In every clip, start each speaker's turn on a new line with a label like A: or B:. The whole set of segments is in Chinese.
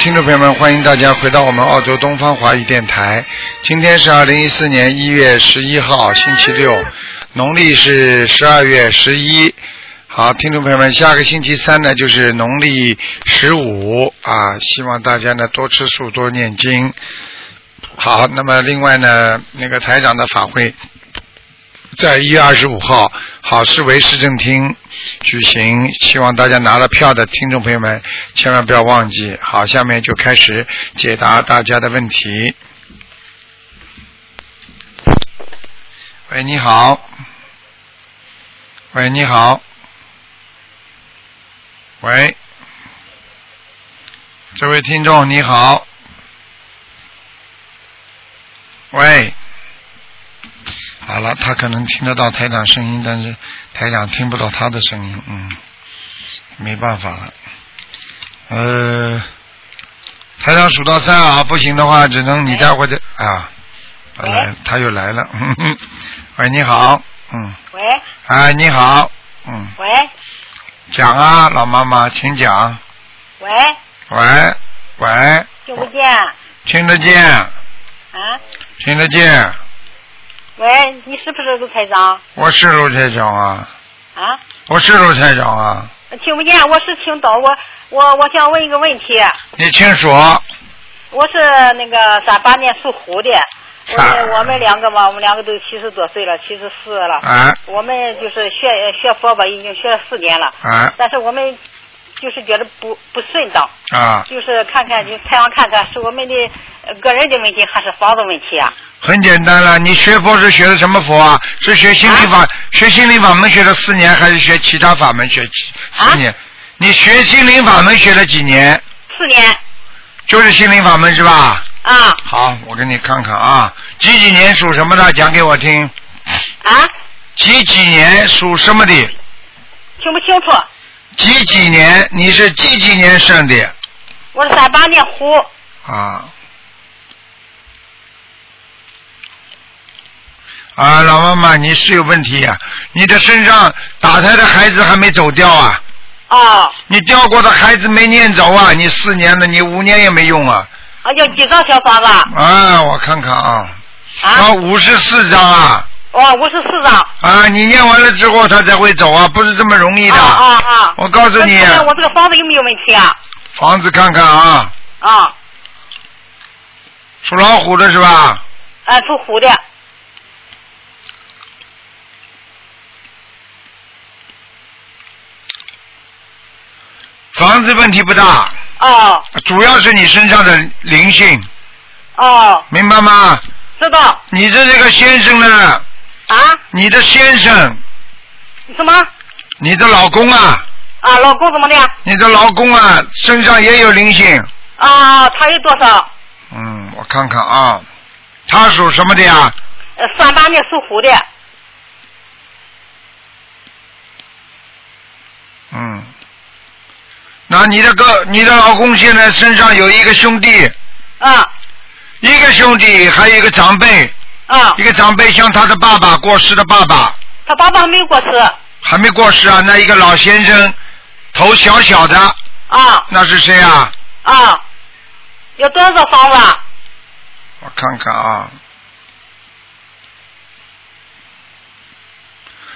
A: 听众朋友们，欢迎大家回到我们澳洲东方华语电台。今天是二零一四年一月十一号，星期六，农历是十二月十一。好，听众朋友们，下个星期三呢就是农历十五啊，希望大家呢多吃素，多念经。好，那么另外呢，那个台长的法会在一月二十五号好市委市政厅举行，希望大家拿了票的听众朋友们千万不要忘记。好，下面就开始解答大家的问题。喂，你好。喂，你好。喂，这位听众你好。喂，好了，他可能听得到台长声音，但是台长听不到他的声音，嗯，没办法了。呃，台长数到三啊，不行的话，只能你待会儿再啊。他来，他又来了。 哼哼喂，你好，嗯，
B: 喂
A: 哎，你好，嗯，
B: 喂
A: 讲啊，老妈妈，请讲。
B: 喂，
A: 喂，喂，
B: 听不见啊？
A: 听得见，
B: 啊
A: 听得见，
B: 喂，你是不是卢台长？
A: 我是卢台长啊，
B: 啊，
A: 我是卢台长啊，
B: 听不见，我是青岛，我我我想问一个问题，
A: 你清楚？啊
B: 我是那个三八年属虎的，我们我们两个嘛，我们两个都七十多岁了，七十四了，
A: 啊
B: 我们就是学学佛吧，已经学了四年了，
A: 啊
B: 但是我们就是觉得不不顺当，
A: 啊！
B: 就是看看就太阳看看是我们的呃个人的问题还是房子问题啊？
A: 很简单了，你学佛是学的什么佛啊？是学心理
B: 啊
A: 法，学心理法门学了四年，还是学其他法门学几
B: 啊
A: 四年？你学心灵法门学了几年？
B: 四年
A: 就是心灵法门是吧？
B: 啊
A: 好，我给你看看啊，几几年属什么的，讲给我听。
B: 啊，
A: 几几年属什么的？
B: 听不清楚。
A: 几几年？你是几几年生的？
B: 我是三八年虎，
A: 啊。啊，老妈妈，你是有问题呀、你的身上打胎的孩子还没走掉啊，
B: 哦，
A: 你掉过的孩子没念走啊，你四年了，你五年也没用啊。
B: 啊，要几张小房子？
A: 啊，我看看啊，
B: 啊
A: 啊，，五十四张啊，
B: 哦，五十四张。
A: 啊，你念完了之后他才会走啊，不是这么容易的。
B: 啊啊啊！
A: 我告诉你
B: 那，看看我这个房子有没有问题啊？
A: 房子看看啊，
B: 啊，
A: 属老虎的是吧？
B: 啊，属虎的，
A: 房子问题不大，
B: 哦
A: 主要是你身上的灵性，
B: 哦，
A: 明白吗？
B: 知道
A: 你的这个先生呢？
B: 啊？
A: 你的先生，
B: 什么？
A: 你的老公啊，
B: 啊，老公怎么的？
A: 你的老公啊，身上也有灵性。
B: 啊，他有多少？
A: 嗯，我看看啊，他属什么的呀？
B: 呃，三八年属虎的，
A: 嗯，那你的个，你的老公现在身上有一个兄弟，
B: 啊
A: 一个兄弟，还有一个长辈，
B: 啊
A: 一，个长辈像他的爸爸过世的爸爸，
B: 他爸爸没有过世，
A: 还没过世啊，那一个老先生，头小小的，
B: 啊
A: 那是谁啊？
B: 啊，要多少张房子啊？
A: 我看看啊，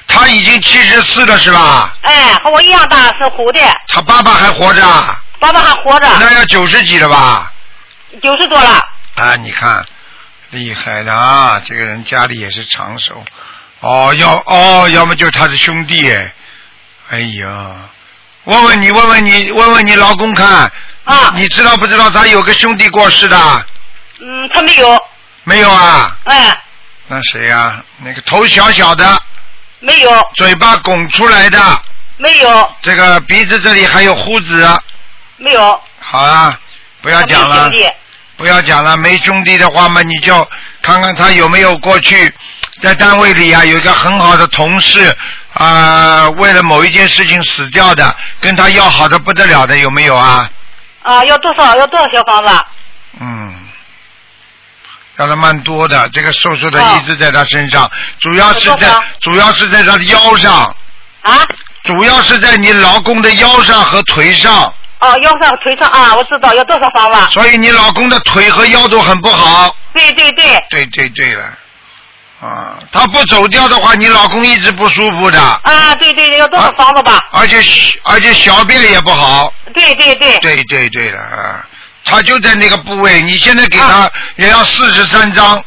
A: 他已经七十四了是吧？
B: 哎，和我一样大，是虎的，
A: 他爸爸还活着啊，
B: 爸爸还活着，
A: 那要九十几了吧？
B: 九十多了。
A: 啊，你看，厉害的啊！这个人家里也是长寿，哦，要哦，要么就是他是兄弟哎，哎呀，问问你，问问你，问问你老公看，
B: 啊
A: 你知道不知道他有个兄弟过世的？
B: 嗯，他没有，
A: 没有啊？
B: 哎，
A: 那谁呀、那个头小小的，
B: 没有，
A: 嘴巴拱出来的，
B: 没有，
A: 这个鼻子这里还有胡子，啊
B: 没有。
A: 好啦，不
B: 他
A: 要
B: 没
A: 讲
B: 有
A: 了
B: 兄，弟，
A: 不要讲了。没兄弟的话嘛，你就看看他有没有过去在单位里啊有一个很好的同事啊、为了某一件事情死掉的，跟他要好的不得了的有没有啊？
B: 啊，要多少？要多少小房子？
A: 嗯。要的蛮多的，这个瘦瘦的
B: 哦
A: 一直在他身上，主要是
B: 我多
A: 在
B: 少
A: 主要是在他的腰上，
B: 啊？
A: 主要是在你老公的腰上和腿上。
B: 哦，腰上、腿上啊，我知道有多少方吧？
A: 所以你老公的腿和腰都很不好。啊
B: 对对对，
A: 对对对了，啊，他不走掉的话，你老公一直不舒服的，
B: 啊，对对对，有多少方子吧？
A: 而且而且小便也不好。
B: 对对对，
A: 对对对了啊，他就在那个部位，你现在给他也要四十三张，
B: 啊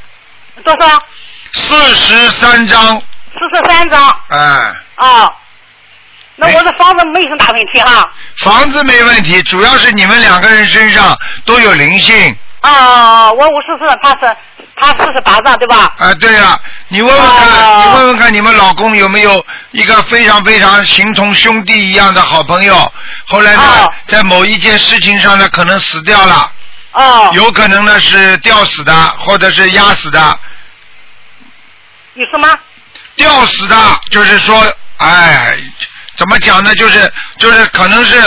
B: 多少？
A: 四十三张，
B: 四十三张。
A: 哎，
B: 哦，那
A: 没
B: 我的方子没什么大问题哈。
A: 房子没问题，主要是你们两个人身上都有灵性。
B: 啊，我五十四，他是他四十八张对吧？
A: 啊，对了，你问问看，
B: 哦
A: 你问问看你们老公有没有一个非常非常形同兄弟一样的好朋友？后来呢，
B: 哦
A: 在某一件事情上呢，可能死掉了，
B: 哦，
A: 有可能呢是吊死的，或者是压死的。
B: 有什么？
A: 吊死的，就是说，哎，怎么讲呢？就是就是可能是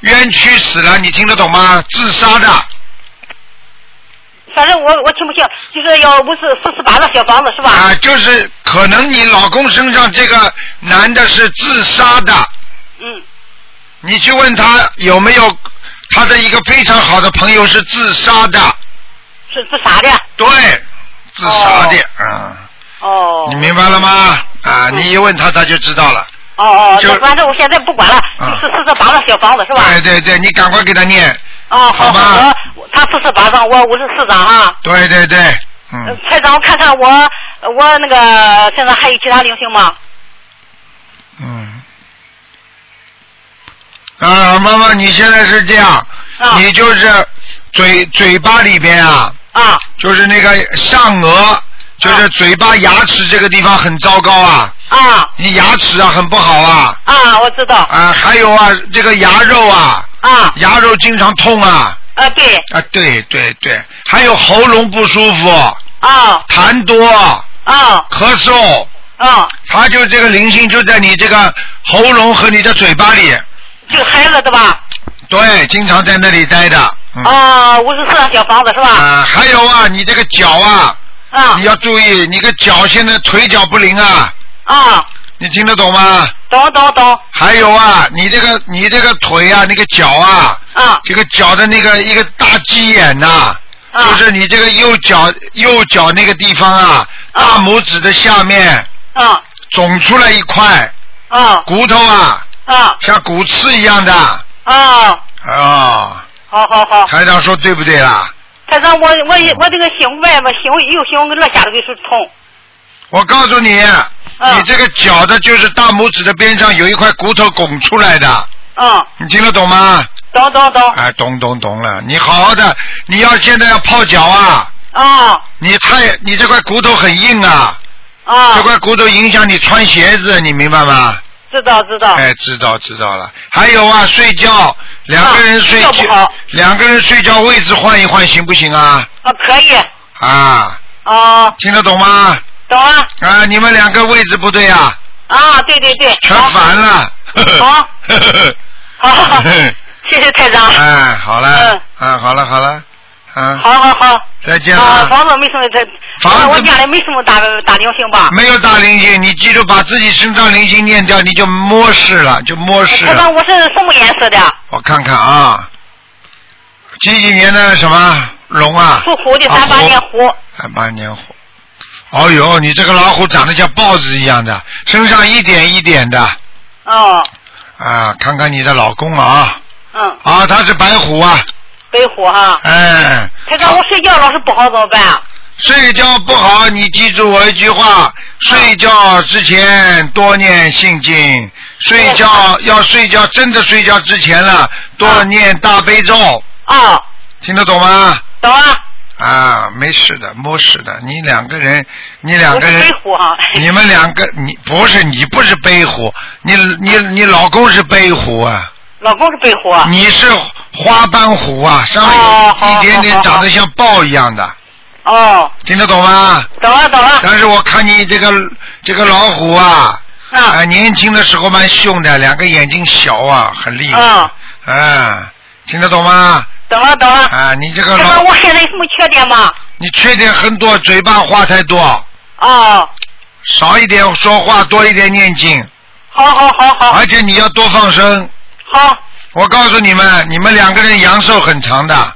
A: 冤屈死了，你听得懂吗？自杀的，
B: 反正我我听不清，就是要五十四十八个小房子是吧？
A: 啊，就是可能你老公身上这个男的是自杀的，
B: 嗯，
A: 你去问他有没有他的一个非常好的朋友是自杀的，
B: 是是啥的？
A: 对，自杀的，啊，
B: 哦，
A: 你明白了吗？啊，
B: 嗯
A: 你一问他他就知道了。
B: 哦哦，
A: 就
B: 那反正我现在不管了，
A: 嗯
B: 就是四十八个小房子是吧？
A: 对对对，你赶快给他念。
B: 哦，好
A: 哎好吧
B: 好，我他四十八张，我五十四张啊。
A: 对对对，
B: 呃
A: 嗯，
B: 台长，我看看我我那个身上还有其他灵性吗？
A: 嗯。啊，妈妈，你现在是这样，
B: 啊
A: 你就是嘴嘴巴里边啊，
B: 啊
A: 就是那个上颚，就是嘴巴牙齿这个地方很糟糕啊，
B: 啊
A: 你牙齿啊很不好啊，
B: 啊，我知道
A: 啊，还有啊，这个牙肉啊，
B: 啊
A: 牙肉经常痛啊，
B: 啊对
A: 啊，对对对，还有喉咙不舒服，
B: 啊
A: 痰多，
B: 啊
A: 咳嗽，
B: 啊，
A: 它就这个灵性就在你这个喉咙和你的嘴巴里，
B: 这个孩子对吧？
A: 对，经常在那里待的，嗯，
B: 啊，五十四张小房子是吧？
A: 啊，还有啊，你这个脚啊，
B: 啊
A: 你要注意，你个脚现在腿脚不灵啊，
B: 啊，
A: 你听得懂吗？
B: 懂懂懂
A: 还有啊，你这个你这个腿啊，那个脚啊，
B: 啊
A: 这个脚的那个一个大鸡眼呐、
B: 啊
A: 就是你这个右脚右脚那个地方啊，
B: 啊
A: 大拇指的下面
B: 啊
A: 肿出来一块
B: 啊
A: 骨头啊，
B: 啊
A: 像骨刺一样的啊、
B: 啊，
A: 哦
B: 好好好。
A: 台长说对不对啦？
B: 台长，我
A: 哦
B: 我我这个胸外边胸右胸肋下头就是痛。
A: 我告诉你，
B: 嗯
A: 你这个脚的就是大拇指的边上有一块骨头拱出来的，
C: 啊
B: 嗯，
A: 你听得懂吗？
B: 懂懂懂。
A: 哎，懂懂懂了，你好好的，你要现在要泡脚啊。
B: 啊
A: 你太你这块骨头很硬啊，这
B: 啊，
A: 块骨头影响你穿鞋子，你明白吗？
B: 知道知道。
A: 哎，知道知道了。还有啊，睡觉，两个人睡
B: 啊睡觉不
A: 觉
B: 好，
A: 两个人睡觉位置换一换行不行啊？
B: 啊，可以。
A: 啊，
B: 啊，
A: 听得懂吗？
B: 懂了。
A: 啊，你们两个位置不对啊，
B: 啊，对对 对。
A: 全反了。
B: 好 好好好，谢谢台长。
A: 哎，好了
B: 嗯，
A: 啊，好了好了，啊，
B: 好好好。
A: 再见
B: 啊，
A: 了。
B: 房子没什么，这
A: 房子
B: 我家里没什么大大灵性吧？
A: 没有大灵性，你记住把自己身上灵性念掉，你就漠视了，就漠视
B: 台
A: 了
B: 长，。我是什么颜色的？
A: 我看看啊，几几年的什么龙啊？
B: 属虎的，
A: 啊
B: 三八年。
A: 虎
B: 虎。
A: 三八年虎。哦呦，你这个老虎长得像豹子一样的，身上一点一点的
B: 哦，
A: 啊！看看你的老公啊，
B: 嗯，
A: 啊，他是白虎啊，
B: 北虎哈。
A: 哎，
B: 台长，我睡觉老是不好，怎么办啊？
A: 睡觉不好，你记住我一句话：睡觉之前多念心经，睡觉要睡觉，真的睡觉之前了，多念大悲咒，
B: 啊，
A: 听得懂吗？
B: 懂了。
A: 啊，没事的，没事的。你两个人，你两
B: 我
A: 个
B: 是
A: 人
B: 北，虎哈。
A: 你们两个，你不是你不是悲虎，你你你老公是悲虎啊，
B: 老公是北虎啊。
A: 你是花斑虎啊，上
B: 哦
A: 面有
B: 好
A: 一点点
B: 好好
A: 长得像豹一样的，
B: 哦，
A: 听得懂吗？
B: 懂了懂了。
A: 但是我看你这个这个老虎啊，啊，
B: 啊
A: 年轻的时候蛮凶的，两个眼睛小啊，很厉害，
B: 啊，
A: 啊，听得懂吗？
B: 懂了懂了。
A: 啊，你这个
B: 台长，
A: 老，
B: 我现在有什么缺点吗？
A: 你缺点很多，嘴巴话太多。
B: 哦，
A: 少一点说话，多一点念经，
B: 好好好好
A: 而且你要多放生
B: 好，
A: 我告诉你们，你们两个人阳寿很长的。
B: 哦，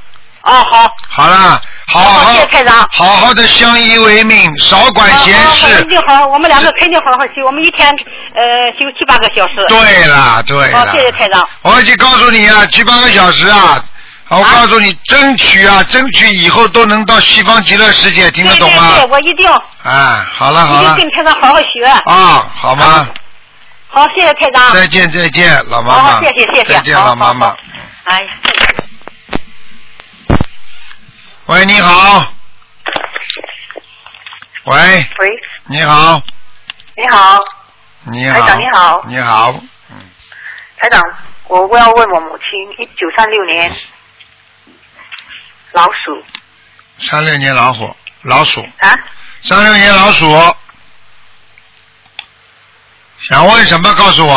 B: 好。
A: 好啦，好好
B: 谢谢台长。
A: 好好的相依为命，少管闲事。
B: 我们就好，我们两个肯定好好修，我们一天呃修七八个小时。
A: 对啦，对啦。
B: 好，谢谢台长。
A: 我已经告诉你啊，七八个小时啊。我告诉你，争取啊，争取以后都能到西方极乐世界，听得懂吗？
B: 对对对，我一定。
A: 啊，好了好
B: 了。一定跟台长好好学。
A: 啊，好吗？
B: 好，谢谢台长。
A: 再见再见，老妈妈。
B: 好，谢谢谢谢。
A: 再见，老妈妈。
B: 哎呀。
A: 喂，你好。喂。
D: 喂。
A: 你好。
D: 你好。
A: 你好。
D: 台长你好。
A: 你好。嗯。
D: 台长，我我要问我母亲，一九三六年老鼠。
A: 三六年老虎，老鼠。
D: 啊。
A: 三六年老鼠，想问什么？告诉我。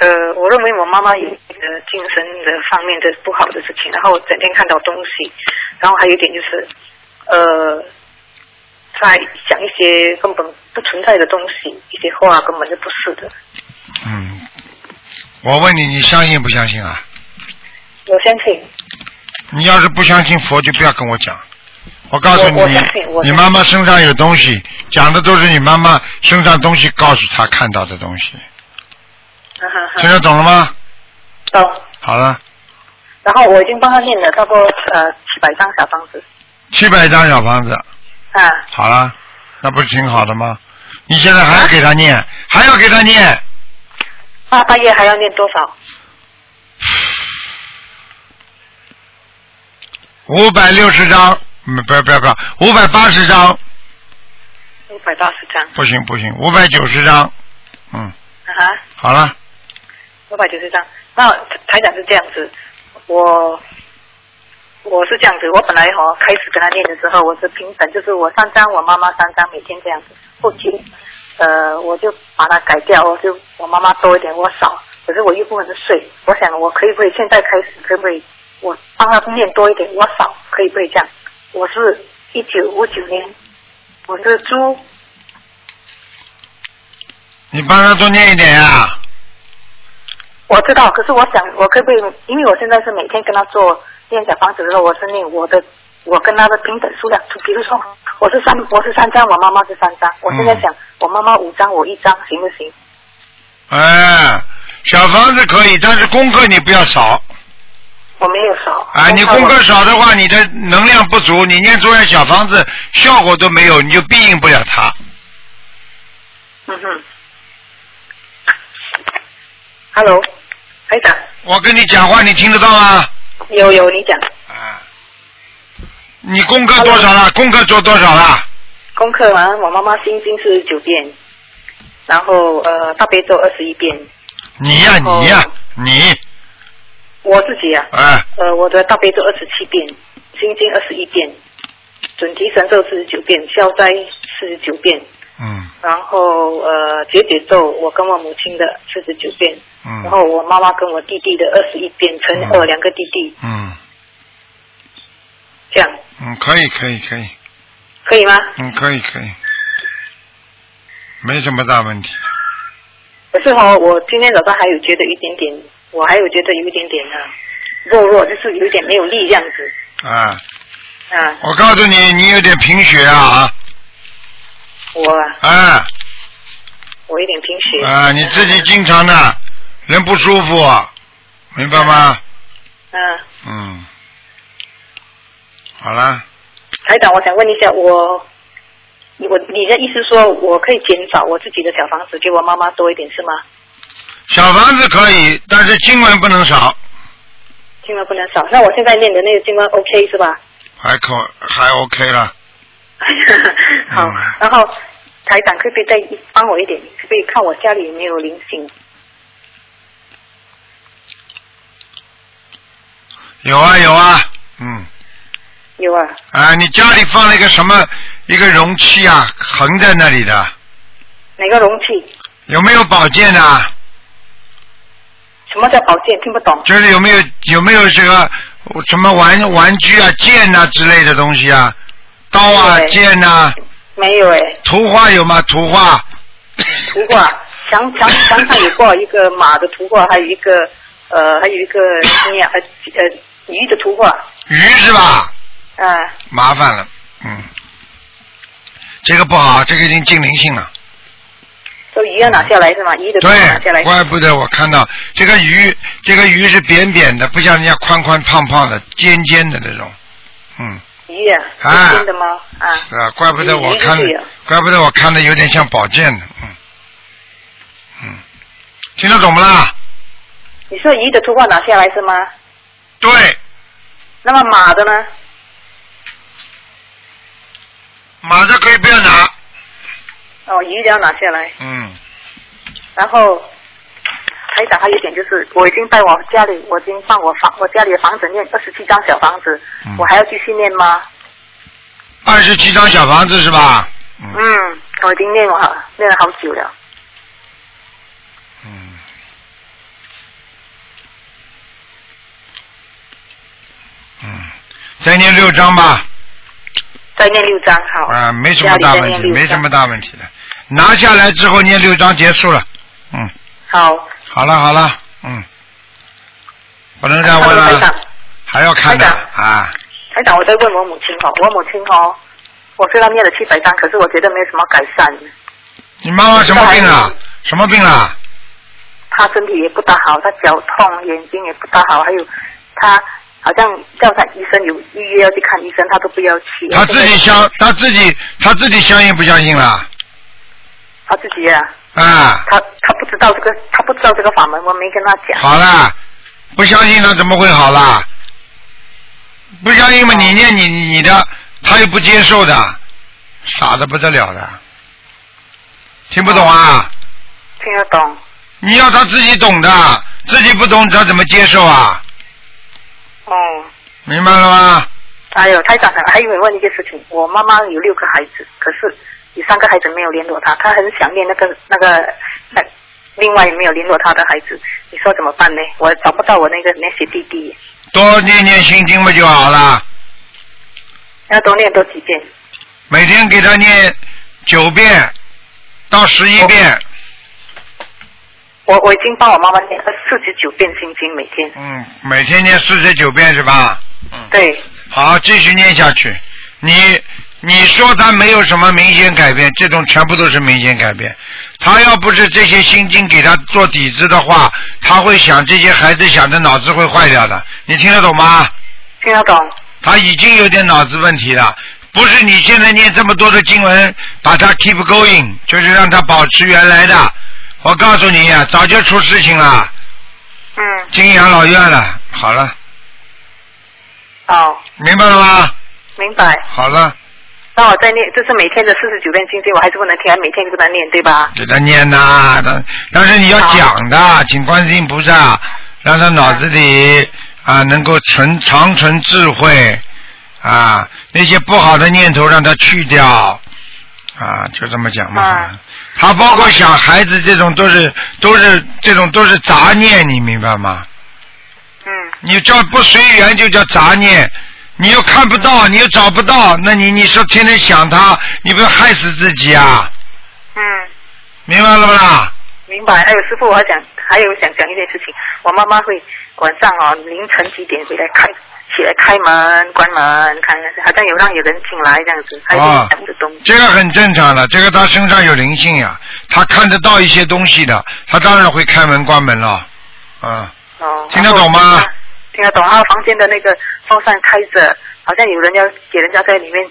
D: 呃，我认为我妈妈有呃精神的方面的不好的事情，然后整天看到东西，然后还有一点就是呃，在讲一些根本不存在的东西，一些话根本就不是的。
A: 嗯，我问你，你相信不相信啊？
D: 我相信。
A: 你要是不相信佛，就不要跟我讲。我告诉你，你妈妈身上有东西，讲的都是你妈妈身上东西，告诉她看到的东西。
D: 啊
A: 听得懂了吗？
D: 懂。
A: 好了。
D: 然后我已经帮他念了差不多呃七百张小房子。
A: 七百张小房子。
D: 啊。
A: 好了，那不是挺好的吗？你现在还要给他念，啊、还要给他念。
D: 大半夜还要念多少？
A: 五百六十张。嗯，不要不要不要，五百八十张。
D: 五百八十张。
A: 不行不行，五百九十张，嗯。
D: 啊哈。
A: 好了。
D: 五百九十张，那台长是这样子，我我是这样子，我本来哦开始跟他念的时候，我是平等，就是我三张，我妈妈三张，每天这样子。后期呃，我就把它改掉，我就我妈妈多一点，我少。可是我又不能睡，我想我可以不可以现在开始，可不可以我帮他念多一点，我少，可以不可以这样？我是一九五九年，我是猪。
A: 你帮他多念一点呀、啊。
D: 我知道，可是我想，我可不可以？因为我现在是每天跟他做念小房子的时候，我是念我的，我跟他的平等数量。比如说，我是三，我是三张，我妈妈是三张。我现在想，嗯、我妈妈五张，我一张，行不行？
A: 哎，小房子可以，但是功课你不要少。
D: 我没有少
A: 啊！你功课少的话，你的能量不足，你念出来小房子效果都没有，你就庇应不了它。
D: 嗯哼。Hello，台长。
A: 我跟你讲话，你听得到吗？
D: 有有，你讲。
A: 啊。你功课多少了？功课做多少了？
D: 功课完、啊，我妈妈心经是九遍，然后呃大悲咒二十一遍。
A: 你呀、啊、你呀、啊、
D: 哦
A: 你。
D: 我自己啊，
A: 哎、
D: 呃，我的大悲咒二十七遍，心经二十一遍，准提神咒四十九遍，消灾四十九遍，
A: 嗯，
D: 然后呃解解咒我跟我母亲的四十九遍，
A: 嗯，
D: 然后我妈妈跟我弟弟的二十一遍，乘二、嗯、两个弟弟，
A: 嗯，
D: 这样，
A: 嗯，可以可以可以，
D: 可以吗？
A: 嗯，可以可以，没什么大问题。
D: 可是哈、哦，我今天早上还有觉得一点点。我还有觉得有一点点啊，弱弱，就是有一点没有力样子。
A: 啊。
D: 啊。
A: 我告诉你，你有点贫血啊。
D: 我。
A: 啊。
D: 我有点贫血。
A: 啊，你自己经常的，嗯、人不舒服、啊，明白吗？
D: 嗯、啊。
A: 嗯。好啦。
D: 台长，我想问一下，我，我你的意思说我可以减少我自己的小房子，给我妈妈多一点是吗？
A: 小房子可以，但是经文不能少。
D: 经文不能少，那我现在念的那个经文 OK 是 吧？
A: 还可还 OK 了。
D: 好，嗯、然后台长可不可以再帮我一点？可不可以看我家里有没有灵性？
A: 有啊有啊，嗯。
D: 有啊。
A: 啊，你家里放了一个什么一个容器啊，横在那里的？
D: 哪个容器？
A: 有没有宝剑啊？
D: 什么叫宝剑？听不懂。
A: 就是有没有有没有这个什么玩玩具啊、剑啊之类的东西啊，刀啊、剑啊。
D: 没有哎。
A: 图画有吗？图画。
D: 图画，墙墙墙上有挂一个马的图画，还有一个呃，还有一个经验，呃呃鱼的图画，
A: 鱼是吧？
D: 啊、
A: 麻烦了，嗯，这个不好，这个已经进灵性了。
D: 说鱼要拿下来是吗？鱼的图画拿下来
A: 对，，怪不得我看到这个鱼，这个鱼是扁扁的，不像人家宽宽胖胖的、尖尖的那种。嗯，
D: 鱼啊，
A: 啊
D: 是真的吗？啊，
A: 啊，怪不得我看
D: 鱼鱼就这样，
A: 怪不得我看的有点像宝剑的，嗯，嗯，听得懂不啦？
D: 你说鱼的图画拿下来是吗？
A: 对，
D: 那么马的呢？
A: 马上可以不要拿，
D: 哦，鱼的要拿下来，
A: 嗯，
D: 然后。台长还有一点就是，我已经在我家里，我已经帮我房我家里的房子念二十七张小房子，
A: 嗯
D: 我还要继续念吗？
A: 二十七张小房子是吧？嗯
D: 嗯，我已经念了念了好久了。
A: 嗯，嗯，再念六张吧，
D: 再念六张好。
A: 啊，没什么大问题，没什么
D: 大。
A: 大问题的，拿下来之后念六张结束了，嗯，
D: 好，
A: 好了好了，嗯，不能再
D: 那
A: 问
D: 么台
A: 了
D: 长。，
A: 还要看的
D: 台长
A: 啊，
D: 台长，我在问我母亲哦，我母亲哦，我虽然念了七百张，可是我觉得没有什么改善，
A: 你妈妈什么病啊
D: 这个还？
A: 什么病啊？
D: 她身体也不大好，她脚痛，眼睛也不大好，还有她好像叫她医生有预约要去看医生，她都不要去。
A: 她自己相，她自己，她自己相信不相信了？
D: 她自己啊，
A: 啊，
D: 她她不知道这个，她不知道这个法门，我没跟她讲。
A: 好啦，不相信他怎么会好啦？不相信嘛，你念你你的，他又不接受的，傻的不得了的，听不懂啊？
D: 听得懂。
A: 你要他自己懂的，自己不懂他怎么接受啊？嗯
D: 哦、
A: 明白了吗？
D: 还有台长，还有问一件事情，我妈妈有六个孩子，可是有三个孩子没有联络她，她很想念那个那个那另外没有联络她的孩子，你说怎么办呢？我找不到我那个那些弟弟，
A: 多念念心经不就好了？
D: 要多念多几遍。
A: 每天给他念九遍到十一遍，
D: 我我已经帮我妈妈念了四十九遍心经每天，
A: 嗯，每天念四十九遍是吧？嗯。
D: 对，
A: 好，继续念下去。你你说他没有什么明显改变，这种全部都是明显改变。他要不是这些心经给他做底子的话，他会想这些孩子想的脑子会坏掉的。你听得懂吗？
D: 听得懂？
A: 他已经有点脑子问题了。不是你现在念这么多的经文，把他 keep going，就是让他保持原来的。我告诉你呀、早就出事情了，
D: 嗯，
A: 进养老院了。好了，
D: 好，
A: 明白了吗？
D: 哦明白。
A: 好了，
D: 那我再念，就是每天的四十九遍心经，我还是不能听，还每天都不能念，对吧？
A: 给他念呐、但但是你要讲的，请观世音菩萨让他脑子里啊能够存长存智慧啊，那些不好的念头让他去掉啊，就这么讲嘛。
D: 啊
A: 他包括想孩子这种都是都是这种都是杂念，你明白吗？
D: 嗯，
A: 你叫不随缘就叫杂念，你又看不到，
D: 嗯
A: 你又找不到，那你你说天天想他，你不是害死自己啊？
D: 嗯。
A: 明白了吧？
D: 明白。还有师傅，我还想还有想讲一件事情，我妈妈会晚上哦凌晨几点回来开起来开门关门，看好像有让有人进来这样子，还有
A: 啊
D: 讲这东西。
A: 这个很正常的，这个他身上有灵性呀、他看得到一些东西的，他当然会开门关门了。啊，
D: 哦，
A: 听得懂吗
D: 然后听得懂。然后房间的那个风扇开着，好像有人要给人家在里面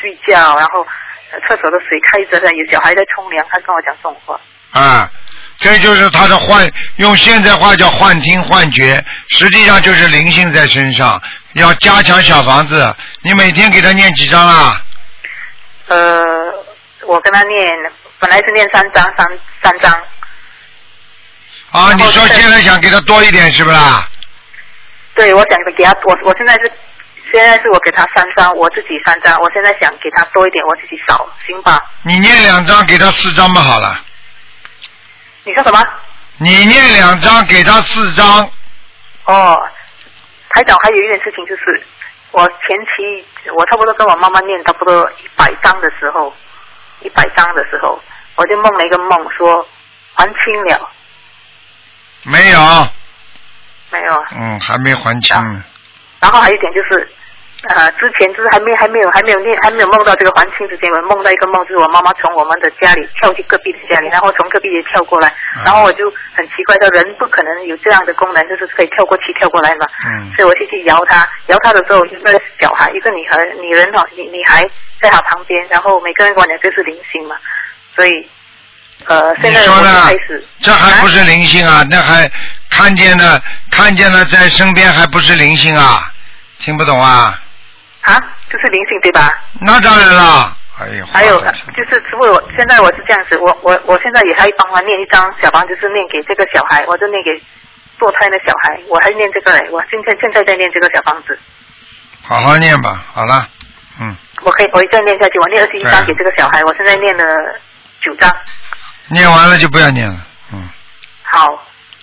D: 睡觉，然后呃厕所的水开着的，有小孩在冲凉，他跟我讲这种话。
A: 啊，这就是他的幻，用现在话叫幻听幻觉，实际上就是灵性在身上。要加强小房子，你每天给他念几张啊？
D: 呃，我跟他念，本来是念三章，三三章，
A: 啊，你说现在想给他多一点是不啦？
D: 对，我想给他，我我现在是现在是我给他三张，我自己三张，我现在想给他多一点，我自己少，行吧？
A: 你念两张给他四张不好了？
D: 你说什么？
A: 你念两张给他四张，
D: 哦，台长还有一件事情就是，我前期我差不多跟我妈妈念差不多一百张的时候，一百张的时候，我就梦了一个梦，说还清了，
A: 没有，
D: 没有啊。
A: 嗯，还没还清呢。
D: 然后还有一点就是，呃，之前就是还没还没有还没有念还没有梦到这个还清之前，我梦到一个梦，就是我妈妈从我们的家里跳去隔壁的家里，然后从隔壁也跳过来，然后我就很奇怪的，人不可能有这样的功能，就是可以跳过去跳过来嘛。
A: 嗯
D: 所以我就去摇她，摇她的时候，一个小孩，一个女孩，女人哈，女女孩在她旁边，然后每个人管的就是灵性嘛，所以。呃，现
A: 你
D: 在
A: 说
D: 我就
A: 呢
D: 开始，？
A: 这还不是灵性啊？那还看见了，看见了在身边还不是灵性啊？听不懂啊？
D: 啊，就是灵性对吧？
A: 那当然了。哎呦，
D: 还有
A: 话都听不懂
D: 就是，除了我现在我是这样子，我我我现在也还帮他念一张小房，就是念给这个小孩，我就念给堕胎的小孩，我还念这个嘞，我现在现在在念这个小房子，
A: 好好念吧，好了，嗯，
D: 我可以我一再念下去，我念二十一张给这个小孩，我现在念了九张，
A: 念完了就不要念了，嗯，
D: 好，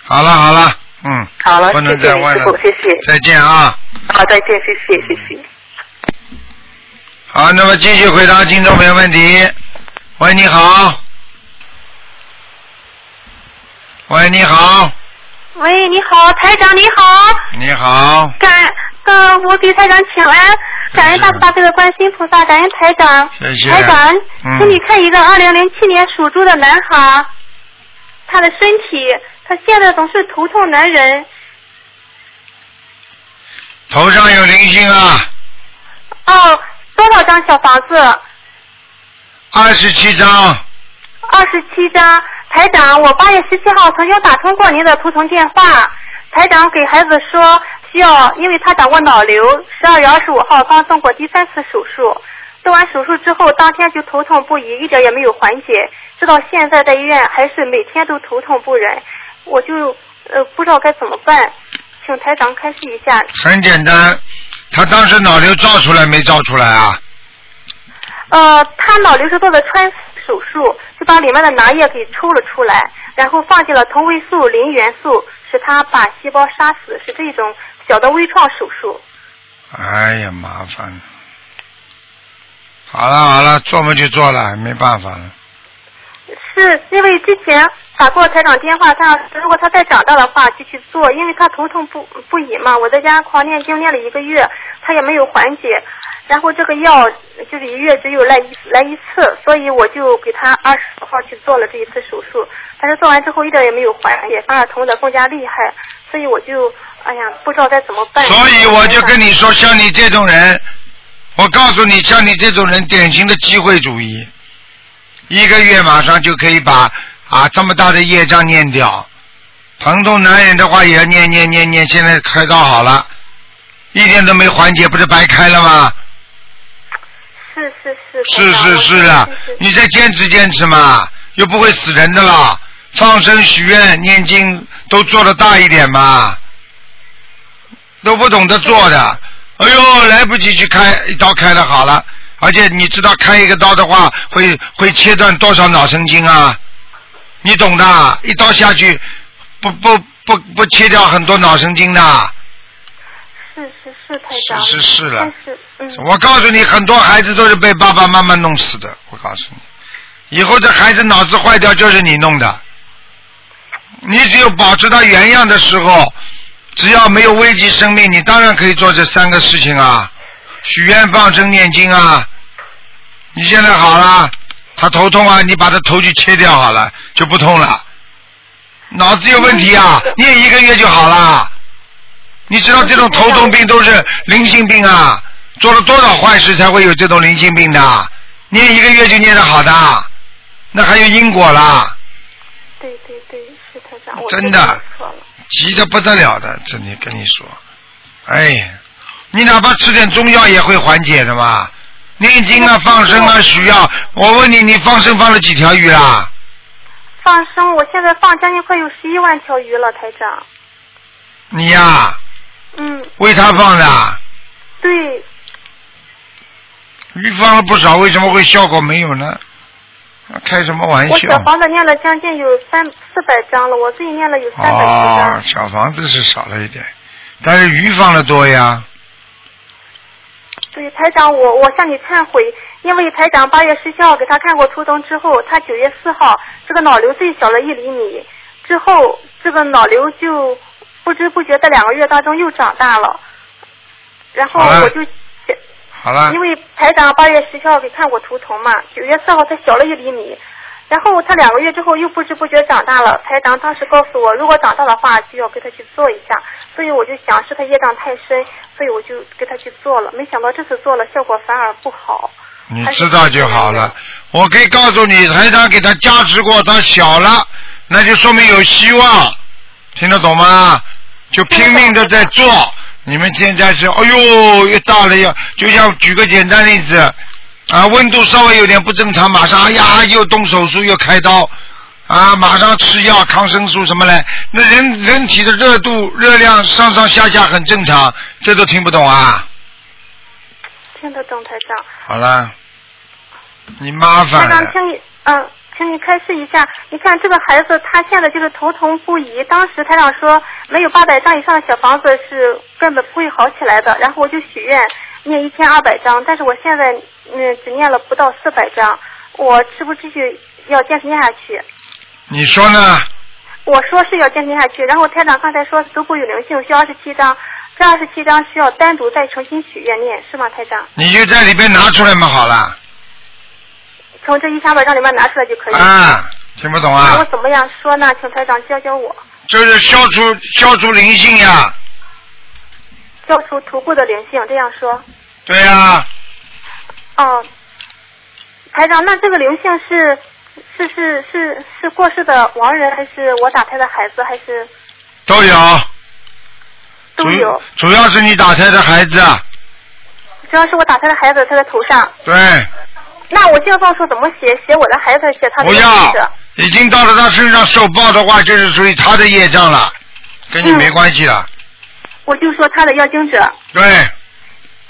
A: 好了好了，嗯，
D: 好了，
A: 不能
D: 谢
A: 再
D: 谢你
A: 问
D: 师
A: 了
D: 傅，谢谢，
A: 再见啊。
D: 好，再见，谢谢，谢谢。
A: 好，那么继续回答听众朋友问题。喂，你好。喂，你好，
E: 喂，你好，台长你好，
A: 你好，
E: 感呃，我给台长请安，感恩大慈大悲的观世音菩萨，感恩台长，
A: 谢谢。
E: 台长，请你
A: 嗯，
E: 看一个二零零七年属猪的男孩，他的身体，他现在总是头痛难忍，
A: 头上有灵性啊，
E: 哦，多少张小房子？
A: 二十七张，
E: 二十七张。台长，我八月十七号曾经打通过您的图腾电话，台长给孩子说需要，因为他长过脑瘤，十二月二十五号刚动过第三次手术，动完手术之后当天就头痛不已，一点也没有缓解，直到现在在医院还是每天都头痛不忍，我就呃不知道该怎么办，请台长开示一下。
A: 很简单。他当时脑瘤照出来没照出来啊？
E: 呃，他脑瘤是做的穿手术，就把里面的囊液给抽了出来，然后放进了同位素磷元素，使它把细胞杀死，是这种小的微创手术。
A: 哎呀，麻烦了。好了好了，做嘛就做了，没办法了。
E: 是因为之前打过台长电话，他如果他再长大的话就去做，因为他头痛不不已嘛。我在家狂念经念了一个月，他也没有缓解。然后这个药就是一月只有来一来一次，所以我就给他二十号去做了这一次手术。但是做完之后一点也没有缓解，反而疼的更加厉害。所以我就哎呀，不知道该怎么办。
A: 所以我就跟你说，像你这种人，我告诉你，像你这种人，典型的机会主义，一个月马上就可以把啊这么大的业障念掉。疼痛难忍的话，也要念念念念，现在开刀好了，一点都没缓解，不是白开了吗？
E: 是是是
A: 是是是啊
E: 啊，，
A: 你再坚持坚持嘛，又不会死人的啦。放生、许愿、念经都做的大一点嘛，都不懂得做的。哎呦，来不及去开一刀开的好了，而且你知道开一个刀的话，会会切断多少脑神经啊？你懂的，一刀下去，不不不不切掉很多脑神经的。
E: 是是是台
A: 是
E: 长，
A: 是是了
E: 但。是嗯。
A: 我告诉你，很多孩子都是被爸爸妈妈弄死的。我告诉你，以后这孩子脑子坏掉就是你弄的。你只有保持他原样的时候，只要没有危及生命，你当然可以做这三个事情啊：许愿、放生、念经啊。你现在好了，他头痛啊，你把他头去切掉好了，就不痛了。脑子有问题啊，念一个月就好了。你知道这种头痛病都是灵性病啊，做了多少坏事才会有这种灵性病的？念一个月就念得好的，那还有因果啦，
E: 对对对，是台长，我
A: 真
E: 知
A: 的
E: 道我错了。
A: 急得不得了的。这里跟你说，哎，你哪怕吃点中药也会缓解的嘛。念经啊，放生啊，许药。我问你，你放生放了几条鱼啦？
E: 放生，我现在放将近快有十一万条鱼了，台长。
A: 你呀、
E: 嗯，
A: 为他放的啊，
E: 对，
A: 鱼放了不少，为什么会效果没有呢？开什么玩
E: 我
A: 笑
E: 小？房子念了将近有三四百张了，我自己念了有三百多
A: 哦，
E: 张。
A: 小房子是少了一点，但是鱼放的多呀。
E: 对，台长，我我向你忏悔，因为台长八月十七号给他看过图腾之后，他九月四号这个脑瘤最小了一厘米，之后这个脑瘤就不知不觉在两个月当中又长大了。然后
A: 好了
C: 哦
E: 我就
A: 好了
C: 啊
E: 因，为台长八月十七号给看过图腾嘛，九月四号他小了一厘米，然后他两个月之后又不知不觉长大了。台长当时告诉我，如果长大的话就要给他去做一下，所以我就想是他业障太深，所以我就给他去做了。没想到这次做了效果反而不好。
A: 你知道就好了。我可以告诉你，台长给他加持过，他小了，那就说明有希望，听得懂吗？就拼命的在做。你们现在是，哎呦，越大了要，就像举个简单例子，啊，温度稍微有点不正常，马上哎呀又动手术又开刀，啊，马上吃药抗生素什么嘞？那人人体的热度热量上上下下很正常，这都听不懂啊？
E: 听得懂台长？
A: 好了，你麻
E: 台
A: 烦了。
E: 长，请你嗯。请你开示一下，你看这个孩子，他现在就是头疼不已。当时台长说，没有八百张以上的小房子是根本不会好起来的。然后我就许愿念一千二百张，但是我现在嗯只念了不到四百张，我是不是继续要坚持念下去？
A: 你说呢？
E: 我说是要坚持下去，然后台长刚才说足够有灵性需要二十七张，这二十七张需要单独再重新许愿念，是吗，台长？
A: 你就在里边拿出来嘛，好了。
E: 从这一千二百张里面拿出来就可以了。
A: 啊，听不懂
E: 那我
A: 啊？
E: 怎么样说呢？请台长教教我，
A: 就是消除消除灵性呀，
E: 消除徒步的灵性，这样说。
A: 对啊呀、
E: 哦，台长，那这个灵性是是是是是过世的亡人，还是我打胎的孩子，还是
A: 都有。
E: 都有？
A: 主。主要是你打胎的孩子，啊，
E: 主要是我打胎的孩子，他在头上。
A: 对，
E: 那我这个放书怎么写？写我的孩子，写他的
A: 不
E: 名
A: 要
E: 字。，
A: 已经到了他身上受报的话，就是属于他的业障了，跟你
E: 嗯
A: 没关系了。
E: 我就说他的要经者。
A: 对，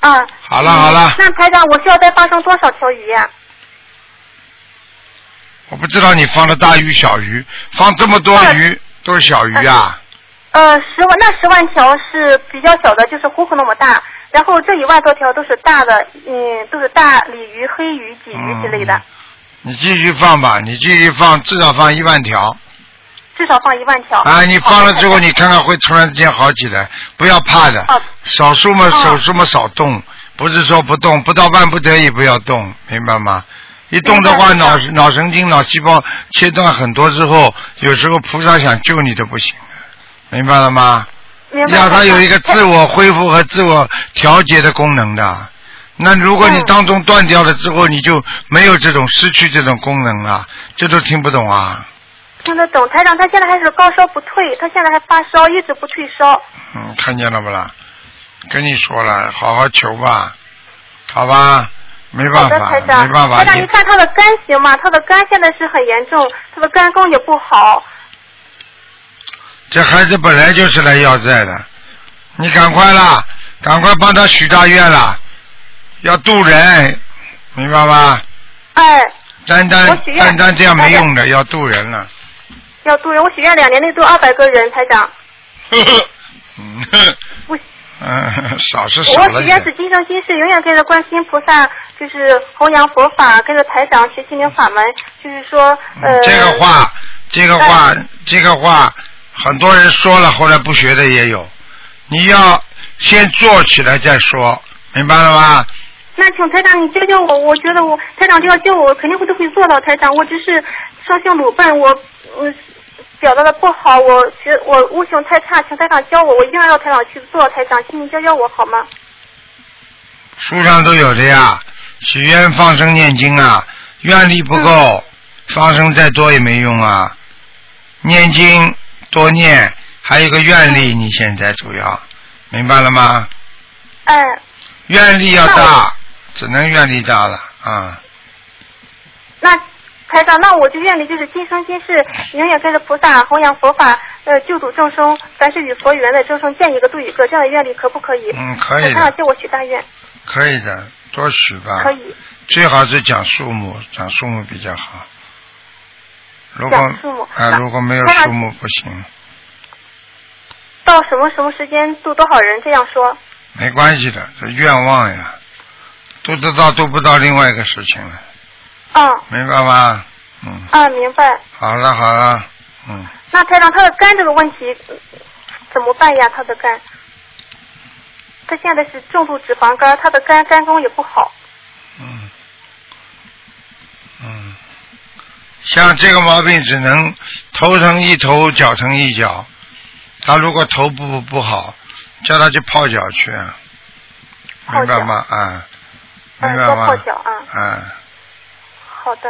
E: 啊、
A: 好了好了，
E: 那台长，我需要再放生多少条鱼啊呀、
A: 我不知道你放的大鱼小鱼，放这么多鱼都是小鱼啊，
E: 呃，十万那十万条是比较小的，就是虎口那么大，然后这一万多条都是大的，嗯，都是大鲤鱼、黑鱼、鲫鱼之类的，
A: 嗯你继续放吧，你继续放，至少放一万条。
E: 至少放一万条。
A: 啊，你放了之后，
E: 好
A: 你看看会突然之间好起来，不要怕的
E: 哦。
A: 少数嘛，
E: 哦
A: 手术嘛，少动，不是说不动，不到万不得已不要动，明白吗？一动的话，
E: 明白
A: 脑
E: 明
A: 脑神经、脑细胞切断很多之后，有时候菩萨想救你都不行，明白了吗？
E: 明白
A: 要它有一个自
E: 我。
A: 我恢复和自我调节的功能的。那如果你
E: 嗯
A: 当中断掉了之后，你就没有这种失去这种功能了，这都听不懂啊。
E: 听得懂，台长，他现在还是高烧不退，他现在还发烧，一直不退烧。
A: 嗯，看见了不啦？跟你说了，好好求吧，好吧，没办
E: 好的，
A: 法，
E: 台长，
A: 没办法，
E: 台长，你看他的肝行吗？他的肝现在是很严重，他的肝功也不好。
A: 这孩子本来就是来要债的，你赶快啦，赶快帮他许大愿啦，要渡人，明白吗？
E: 哎，
A: 单单
E: 我许愿
A: 单单这样没用的，要渡人了。
E: 要渡人，我许愿两年内渡二百个人，台 长。
A: 呵呵，嗯呵
E: 我
A: 嗯，少是少
E: 我
A: 了
E: 许愿是
A: 点，
E: 今生今世永远跟着观世音菩萨，就是弘扬佛法，跟着台长学心灵法门，就是说，呃
A: 嗯，这个话，这个话，
E: 哎
A: 这个话，很多人说了，后来不学的也有。你要先做起来再说，明白了吗？
E: 那请台长你教教我，我觉得我台长这要教我，我肯定会都会做到。台长，我只是生性鲁笨，我嗯表达的不好，我学我悟性太差，请台长教我，我一定要让台长去做。台长，请你教教我好吗？
A: 书上都有的呀，许愿、放生、念经啊，愿力不
E: 嗯
A: 够，放生再多也没用啊。念经多念，还有一个愿
E: 嗯
A: 力，你现在主要明白了吗？
E: 哎，
A: 愿力要
E: 那
A: 大
E: 我，
A: 只能愿力大了啊、
E: 那台长，那我就愿力就是今生今世永远跟着菩萨弘扬佛法，呃，救度众生，凡是与佛缘的众生，见一个度一个，这样的愿力可不可以？
A: 嗯可以的啊
E: 请台长教我许大愿，
A: 可以的，多许吧。
E: 可以。
A: 最好是讲数目，讲数目比较好。如果
E: 讲数目
A: 啊，
E: 那
A: 如果没有
E: 那
A: 数目不行，
E: 到什么什么时间度多少人？这样说。
A: 没关系的，这愿望呀，都得到都不到另外一个事情了，
E: 嗯
A: 明白吗？嗯，
E: 嗯，明白。
A: 好了好了，嗯，
E: 那台长，他的肝这个问题，怎么办呀？他的肝，他现在是重度脂肪肝，他的肝肝功也不好。
A: 嗯，嗯，像这个毛病只能头疼一头，脚疼一脚。他如果头部不好，叫他去泡脚去，啊明白吗？啊、
E: 嗯，
A: 明白吗？
E: 泡脚啊。
A: 啊、
E: 好的，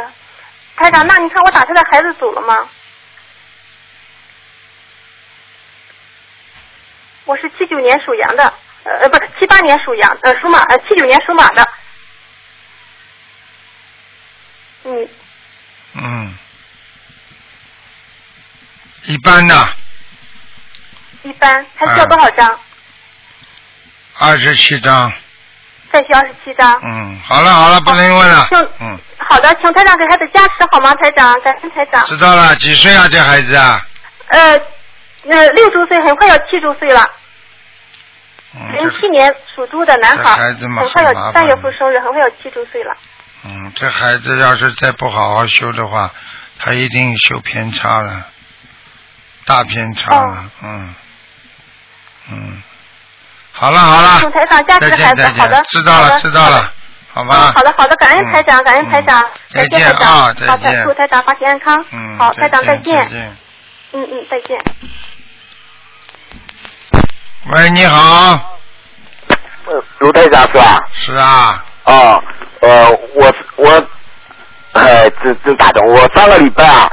E: 台长，那你看我打他的孩子走了吗？我是七九年属羊的，呃，不是七八年属羊，呃，属马，呃，七九年属马的。嗯，
A: 嗯，一般呐，
E: 一般，还
A: 嗯
E: 需要多少张？
A: 二十七张。
E: 再需要二十七张。
A: 嗯，好了好了，不能问了
E: 请。
A: 嗯，
E: 好的，请台长给孩子加持好吗？台长，感恩台长。
A: 知道了。几岁啊？这孩子啊？
E: 呃，呃，六周岁，很快要七周岁了。
A: 嗯，
E: 零
A: 这
E: 七年属猪的男孩，
A: 这孩子嘛
E: 很快
A: 很麻
E: 要
A: 烦
E: 三月份生日，很快要七周岁了。
A: 嗯，这孩子要是再不好好修的话，他一定修偏差了，大偏差
E: 哦
A: 了。嗯，嗯，好了好
E: 请
A: 了，
E: 台长加
A: 再
E: 持孩
A: 见
E: 子，
A: 再
E: 好的
A: 见，，知道
E: 好
A: 了
E: 的
A: 知道。
E: 好的
A: 了，好
E: 嗯，
A: 吧。
E: 好的好的，感恩台长，
A: 嗯
E: 感恩台长
A: 嗯，
E: 感
A: 再
E: 谢台
A: 见啊，
E: 长，
A: 再
E: 好的，
A: 见
E: 祝。台长法体安康。
A: 嗯，
E: 好，台长再
A: 见。
E: 见
A: 再。见
E: 嗯嗯，再见。
A: 喂，你好，
F: 呃，卢台长是吧？
A: 是啊，
F: 哦，呃，我我，呃，真真打通。我上个礼拜啊，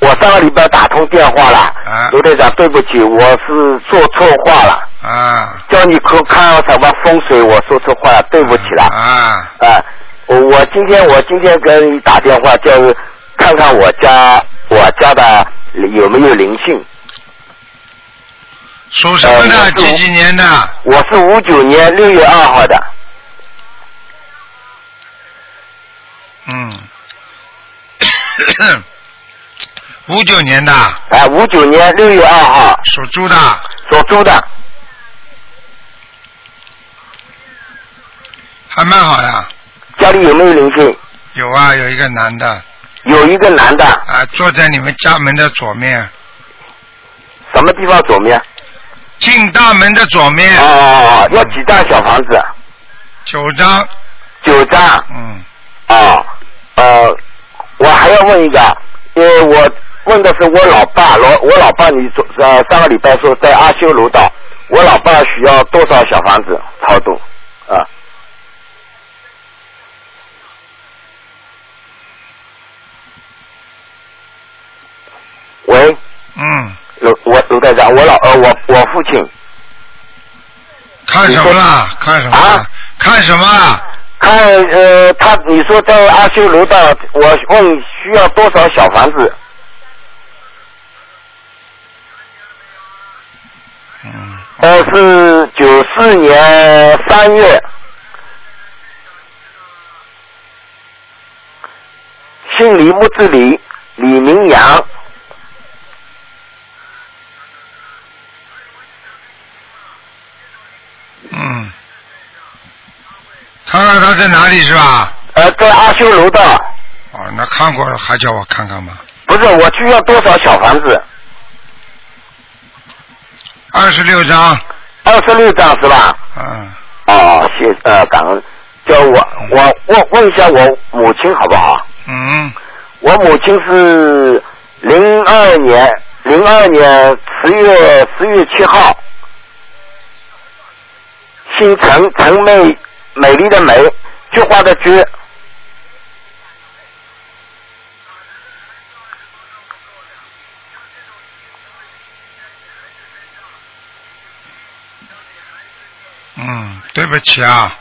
F: 我上个礼拜打通电话了。
A: 啊
F: 卢台长，对不起，我是说错话了，
A: 啊，
F: 叫你看看什么风水，我说错话了，对不起了。
A: 啊，
F: 啊，我我今天我今天跟你打电话，就是看看我家我家的有没有灵性。
A: 属什么
F: 呃
A: 的？
F: 我是
A: 几几年的？
F: 我是五九年六月二号的，
A: 嗯， 五九年的，
F: 哎、5五九年六月二号
A: 属猪的，
F: 属猪的。
A: 还蛮好呀。
F: 家里有没有灵性？
A: 有啊，有一个男的
F: 有一个男的，
A: 啊，坐在你们家门的左面，
F: 什么地方左面？
A: 进大门的左
F: 哦
A: 面，
F: 哦哦，要几张小房子？
A: 九张，
F: 九张。
A: 嗯，
F: 哦，呃，我还要问一个，因为我问的是我老爸，老我老爸你昨呃上个礼拜说在阿修罗道，我老爸需要多少小房子超度？啊、喂，
A: 嗯，
F: 卢我卢队长，我老呃我我父亲
A: 看什么啦？看什么啦？
F: 啊
A: 看什么啦？
F: 看呃，他你说在阿修罗道，我问需要多少小房子？
A: 嗯，
F: 呃，是九四年三月，姓李木字李，李明阳，
A: 嗯，看看他在哪里是吧？
F: 呃，在阿修罗道，
A: 哦，那看过了还叫我看看吗？
F: 不是我需要多少小房子？
A: 二十六张，
F: 二十六张是吧？
A: 嗯，
F: 哦，谢呃，感恩。叫我我问问一下我母亲好不好？
A: 嗯，
F: 我母亲是零二年，零二年十月十月七号，姓陈，陈美，美丽的美，菊花的菊。
A: 嗯，对不起啊，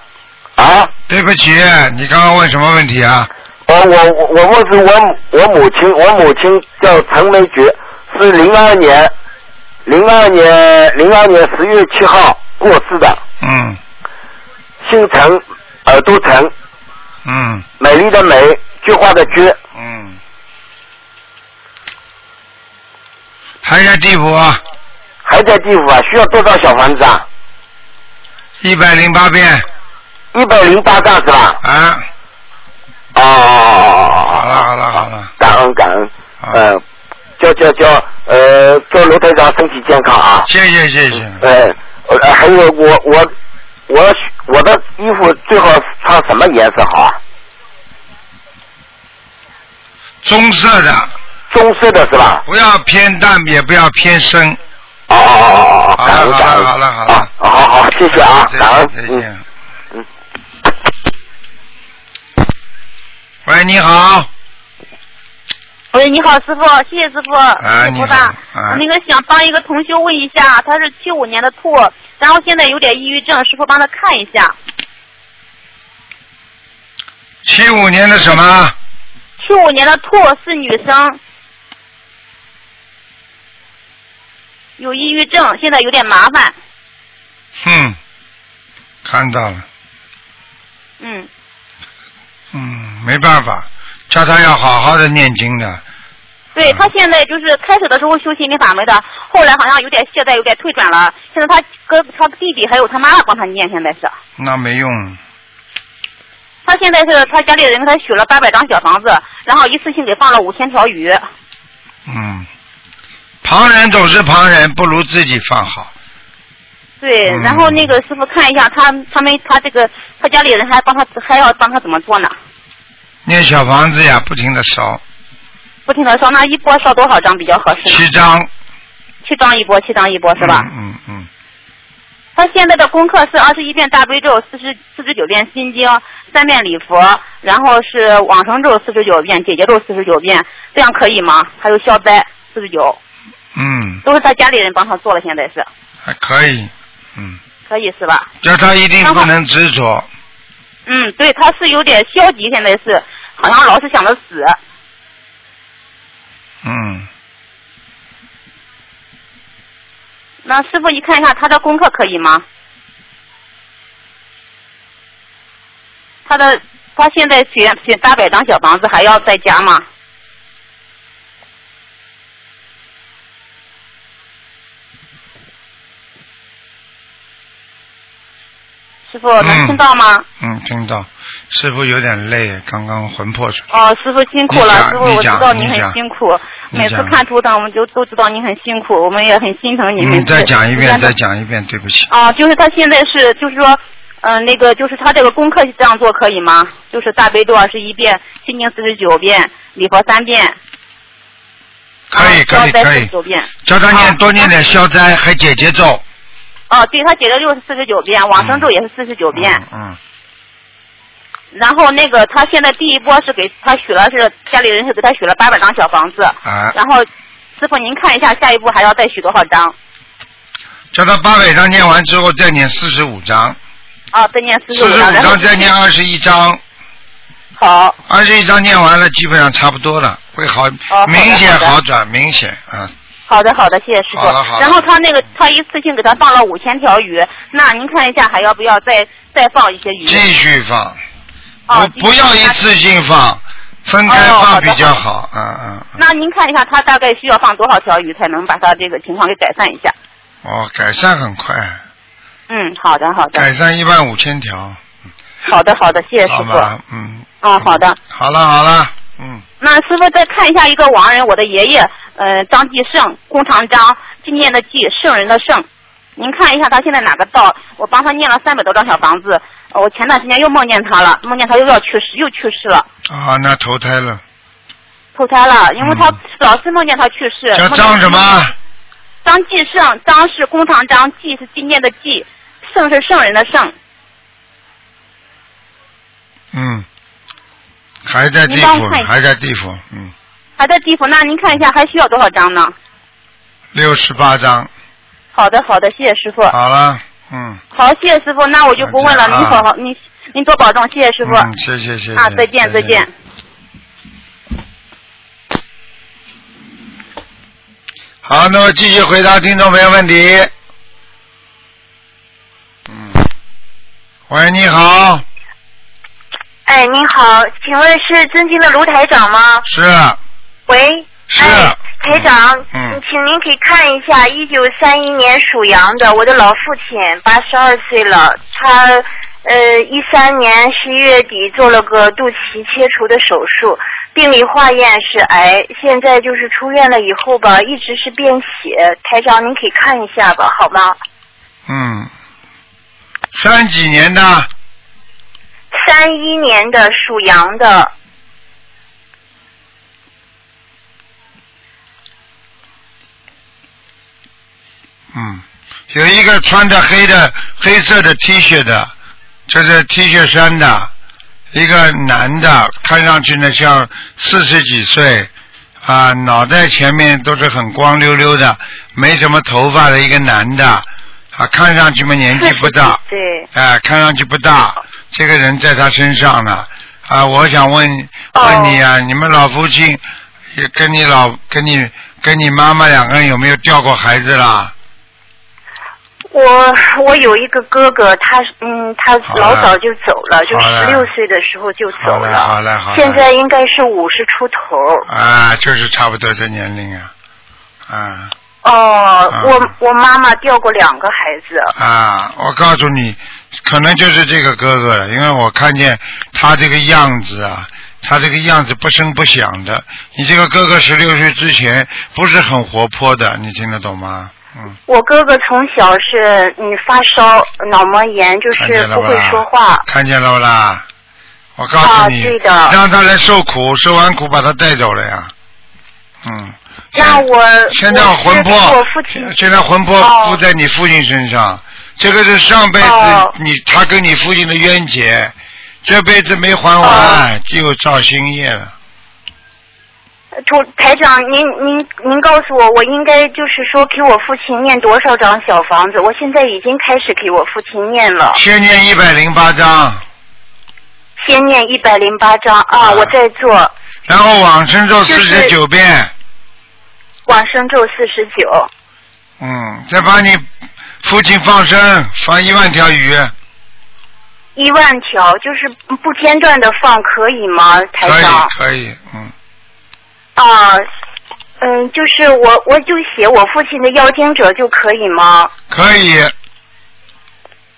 F: 啊，
A: 对不起，你刚刚问什么问题啊？
F: 我我我我问是我母我母亲，我母亲叫陈梅菊，是零二年，零二年零二年十月七号过世的，
A: 嗯
F: 姓陈，耳朵陈，
A: 嗯
F: 美丽的美，菊花的菊。
A: 嗯，还在地府啊，
F: 还在地府啊？需要多少小房子啊？
A: 一百零八遍
F: 一百零八张是吧？
A: 啊，
F: 哦哦哦哦哦哦！
A: 好了好了好了，
F: 感恩感恩。
A: 啊
F: 嗯，叫叫叫，呃，呃，祝卢台长身体健康啊！
A: 谢谢谢谢，
F: 哎，呃，还有我我我我的衣服最好穿什么颜色好啊？
A: 棕色的，
F: 棕色的是吧？
A: 不要偏淡，也不要偏深。
F: 哦哦哦哦哦，
A: 好
F: 感
A: 了
F: 恩感
A: 好
F: 恩，
A: 了好了好
F: 啊
A: 了，
F: 好好好，谢谢啊，
A: 再
F: 感恩
A: 见，再
F: 嗯。
A: 见。
F: 嗯
A: 喂，你好，
G: 喂，你好，师傅，谢谢师傅，
A: 啊
G: 师
A: 你好
G: 傅大，
A: 啊
G: 那个想帮一个同修问一下，他是七五年的兔，然后现在有点抑郁症，师傅帮他看一下。
A: 七五年的什么？
G: 七五年的兔是女生，有抑郁症，现在有点麻烦，
A: 哼，嗯看到了，
G: 嗯，
A: 嗯，没办法，叫他要好好的念经的，
G: 对
A: 嗯
G: 他现在就是开始的时候修心灵法门的，后来好像有点懈怠，有点退转了，现在他哥、他弟弟还有他妈妈帮他念，现在是。
A: 那没用，
G: 他现在是他家里人给他许了八百张小房子，然后一次性给放了五千条鱼。
A: 嗯，旁人总是旁人，不如自己放好。
G: 对，
A: 嗯
G: 然后那个师傅看一下他他们他这个他家里人还帮他还要帮他怎么做呢？
A: 念小房子呀，不停的烧，
G: 不停的烧，那一波烧多少张比较合适呢？
A: 七张
G: 七张一波，七张一波是吧？
A: 嗯嗯嗯，
G: 他现在的功课是二十一遍大悲咒，四十四十九遍心经，三遍礼佛，然后是往生咒四十九遍，解结咒四十九遍，这样可以吗？还有消灾四十九，
A: 嗯，
G: 都是他家里人帮他做了，现在是
A: 还可以，嗯，
G: 可以是吧？
A: 叫他一定不能执着，
G: 嗯，对，他是有点消极，现在是好像老是想着死。
A: 嗯，
G: 那师傅，一看一下他的功课可以吗？他的他现在选选八百张小房子，还要再加吗？师傅哦能
A: 嗯
G: 听到吗？
A: 嗯，听到，师傅有点累，刚刚魂魄出
G: 哦，师傅辛苦了
A: 你，讲
G: 师傅我
A: 你
G: 知
A: 讲
G: 道您
A: 你
G: 很
A: 讲
G: 辛苦，
A: 你
G: 每次
A: 讲
G: 看图腾我们就都知道您很辛苦，我们也很心疼你。每
A: 嗯，
G: 次
A: 再讲一遍，
G: 但是
A: 再讲一遍，对不起，
G: 啊，就是他现在是，就是说，嗯、那个就是他这个功课这样做可以吗？就是大悲咒二十一遍，心经四十九遍，礼佛三遍，
A: 可以
G: 然
A: 可
G: 后
A: 以
G: 消灾
A: 可
G: 四十
A: 以，
G: 九遍。
A: 叫他
G: 啊
A: 念多念点消灾，还解节奏，
G: 哦，对他解的六是四十九遍，往生咒也是四十九遍。
A: 嗯嗯，
G: 然后那个他现在第一波是给他许了是家里人是给他许了八百张小房子，
A: 啊，
G: 然后师傅您看一下下一步还要再许多少张？
A: 叫他八百章念完之后再念四十五章，
G: 啊，再念四
A: 四
G: 十
A: 十五
G: 张，然后
A: 章再念二十一章，
G: 好，哦
A: 二十一章念完了，基本上差不多了，会好，
G: 好的
A: 明显
G: 好的
A: 好转，明显啊，
G: 好的好的，谢谢师傅
A: 好了好。了
G: 然后他那个他一次性给他放了五千条鱼，那您看一下还要不要再再放一些鱼？
A: 继续放，
G: 哦，
A: 不不要一。次性放，分开
G: 哦
A: 放
G: 好
A: 比
G: 的
A: 较
G: 好
A: 好，嗯嗯嗯，
G: 那您看一下他大概需要放多少条鱼才能把他这个情况给改善一下？
A: 哦，改善很快，
G: 嗯，好的好的，
A: 改善一万五千条，
G: 好的好的，谢谢师
A: 好
G: 傅。
A: 吧，嗯，
G: 嗯，好的。
A: 好了好了，嗯。
G: 那师傅再看一下一个亡人，我的爷爷，呃，张继胜，弓长张，纪念的纪，圣人的圣。您看一下他现在哪个道？我帮他念了三百多张小房子，呃我前段时间又梦见他了，梦见他又要去世，又去世了，
A: 啊，那投胎了，
G: 投胎了，因为他
A: 嗯
G: 老是梦见他去世。
A: 叫
G: 梦见
A: 张什么？
G: 张继胜，张是弓长张，纪是纪念的纪，圣是圣人的圣。
A: 嗯，还在地
G: 您帮
A: 府
G: 我看，一下
A: 还在地府，嗯，
G: 还在地府，那您看一下还需要多少张呢？
A: 六十八章，
G: 好的，好的，谢谢师傅。
A: 好嗯了，嗯，
G: 好，谢谢师傅，那我就不问了，您好好，您您多保重，谢谢师傅。
A: 啊嗯，谢谢谢谢，
G: 啊，再见，再见。。
A: 好，那么继续回答听众朋友问题。嗯，喂，你好，
H: 哎，您好，请问是尊敬的卢台长吗？
A: 是
H: 喂，
A: 是，
H: 哎，台长，
A: 嗯
H: 请您给看一下，一九三一年属羊的我的老父亲，八十二岁了，他呃，一三年十一月底做了个肚脐切除的手术，病理化验是癌，现在就是出院了以后吧，一直是便血。台长，您可以看一下吧，好吗？
A: 嗯，三几年的，
H: 三一年的属羊的，
A: 嗯，有一个穿着黑的黑色的 T 恤的，这是 T 恤衫的，一个男的，看上去呢像四十几岁，啊，脑袋前面都是很光溜溜的，没什么头发的一个男的，啊，看上去嘛年纪不大，
H: 对，
A: 哎，看上去不大，这个人在他身上呢。啊，我想问问你啊，你们老父亲也跟你老跟你跟你妈妈两个人有没有掉过孩子啦？
H: 我我有一个哥哥，他嗯，他
A: 好
H: 老
A: 了
H: 早就走了，就
A: 好了
H: 十六岁的时候就
A: 好
H: 走
A: 了好了好了。
H: 现在应该是五十出头。
A: 啊，就是差不多这年龄啊，啊
H: 哦，
A: 嗯
H: 我我妈妈掉过两个孩子，
A: 啊！我告诉你，可能就是这个哥哥了，因为我看见他这个样子啊，他这个样子不声不响的。你这个哥哥十六岁之前不是很活泼的，你听得懂吗？嗯，
H: 我哥哥从小是嗯发烧、脑膜炎，就
A: 看
H: 是
A: 见了
H: 不
A: 吧？
H: 会说话。
A: 看见了不啦？我告
H: 啊
A: 诉你，
H: 对的
A: 让他来受苦，受完苦把他带走了呀。嗯。
H: 那我
A: 现在
H: 我
A: 魂
H: 是
A: 魄，
H: 给我父亲
A: 现在魂魄
H: 哦
A: 附在你父亲身上，这个是上辈子
H: 哦
A: 你、他跟你父亲的冤结，这辈子没还
H: 哦
A: 完，就有造新业了。
H: 土台长，您您您告诉我，我应该就是说给我父亲念多少张小房子？我现在已经开始给我父亲念了，
A: 先念一百零八章，
H: 先念一百零八章
A: 啊
H: 啊，我在做
A: 然后往生咒
H: 就
A: 四
H: 是
A: 十九遍，
H: 往生咒四十九，
A: 嗯，再把你父亲放生，放一万条鱼，
H: 一万条，就是不间断的放，可以吗，台
A: 可以
H: 长？
A: 可以，嗯，
H: 啊，嗯，就是我我就写我父亲的要经者就可以吗？
A: 可以，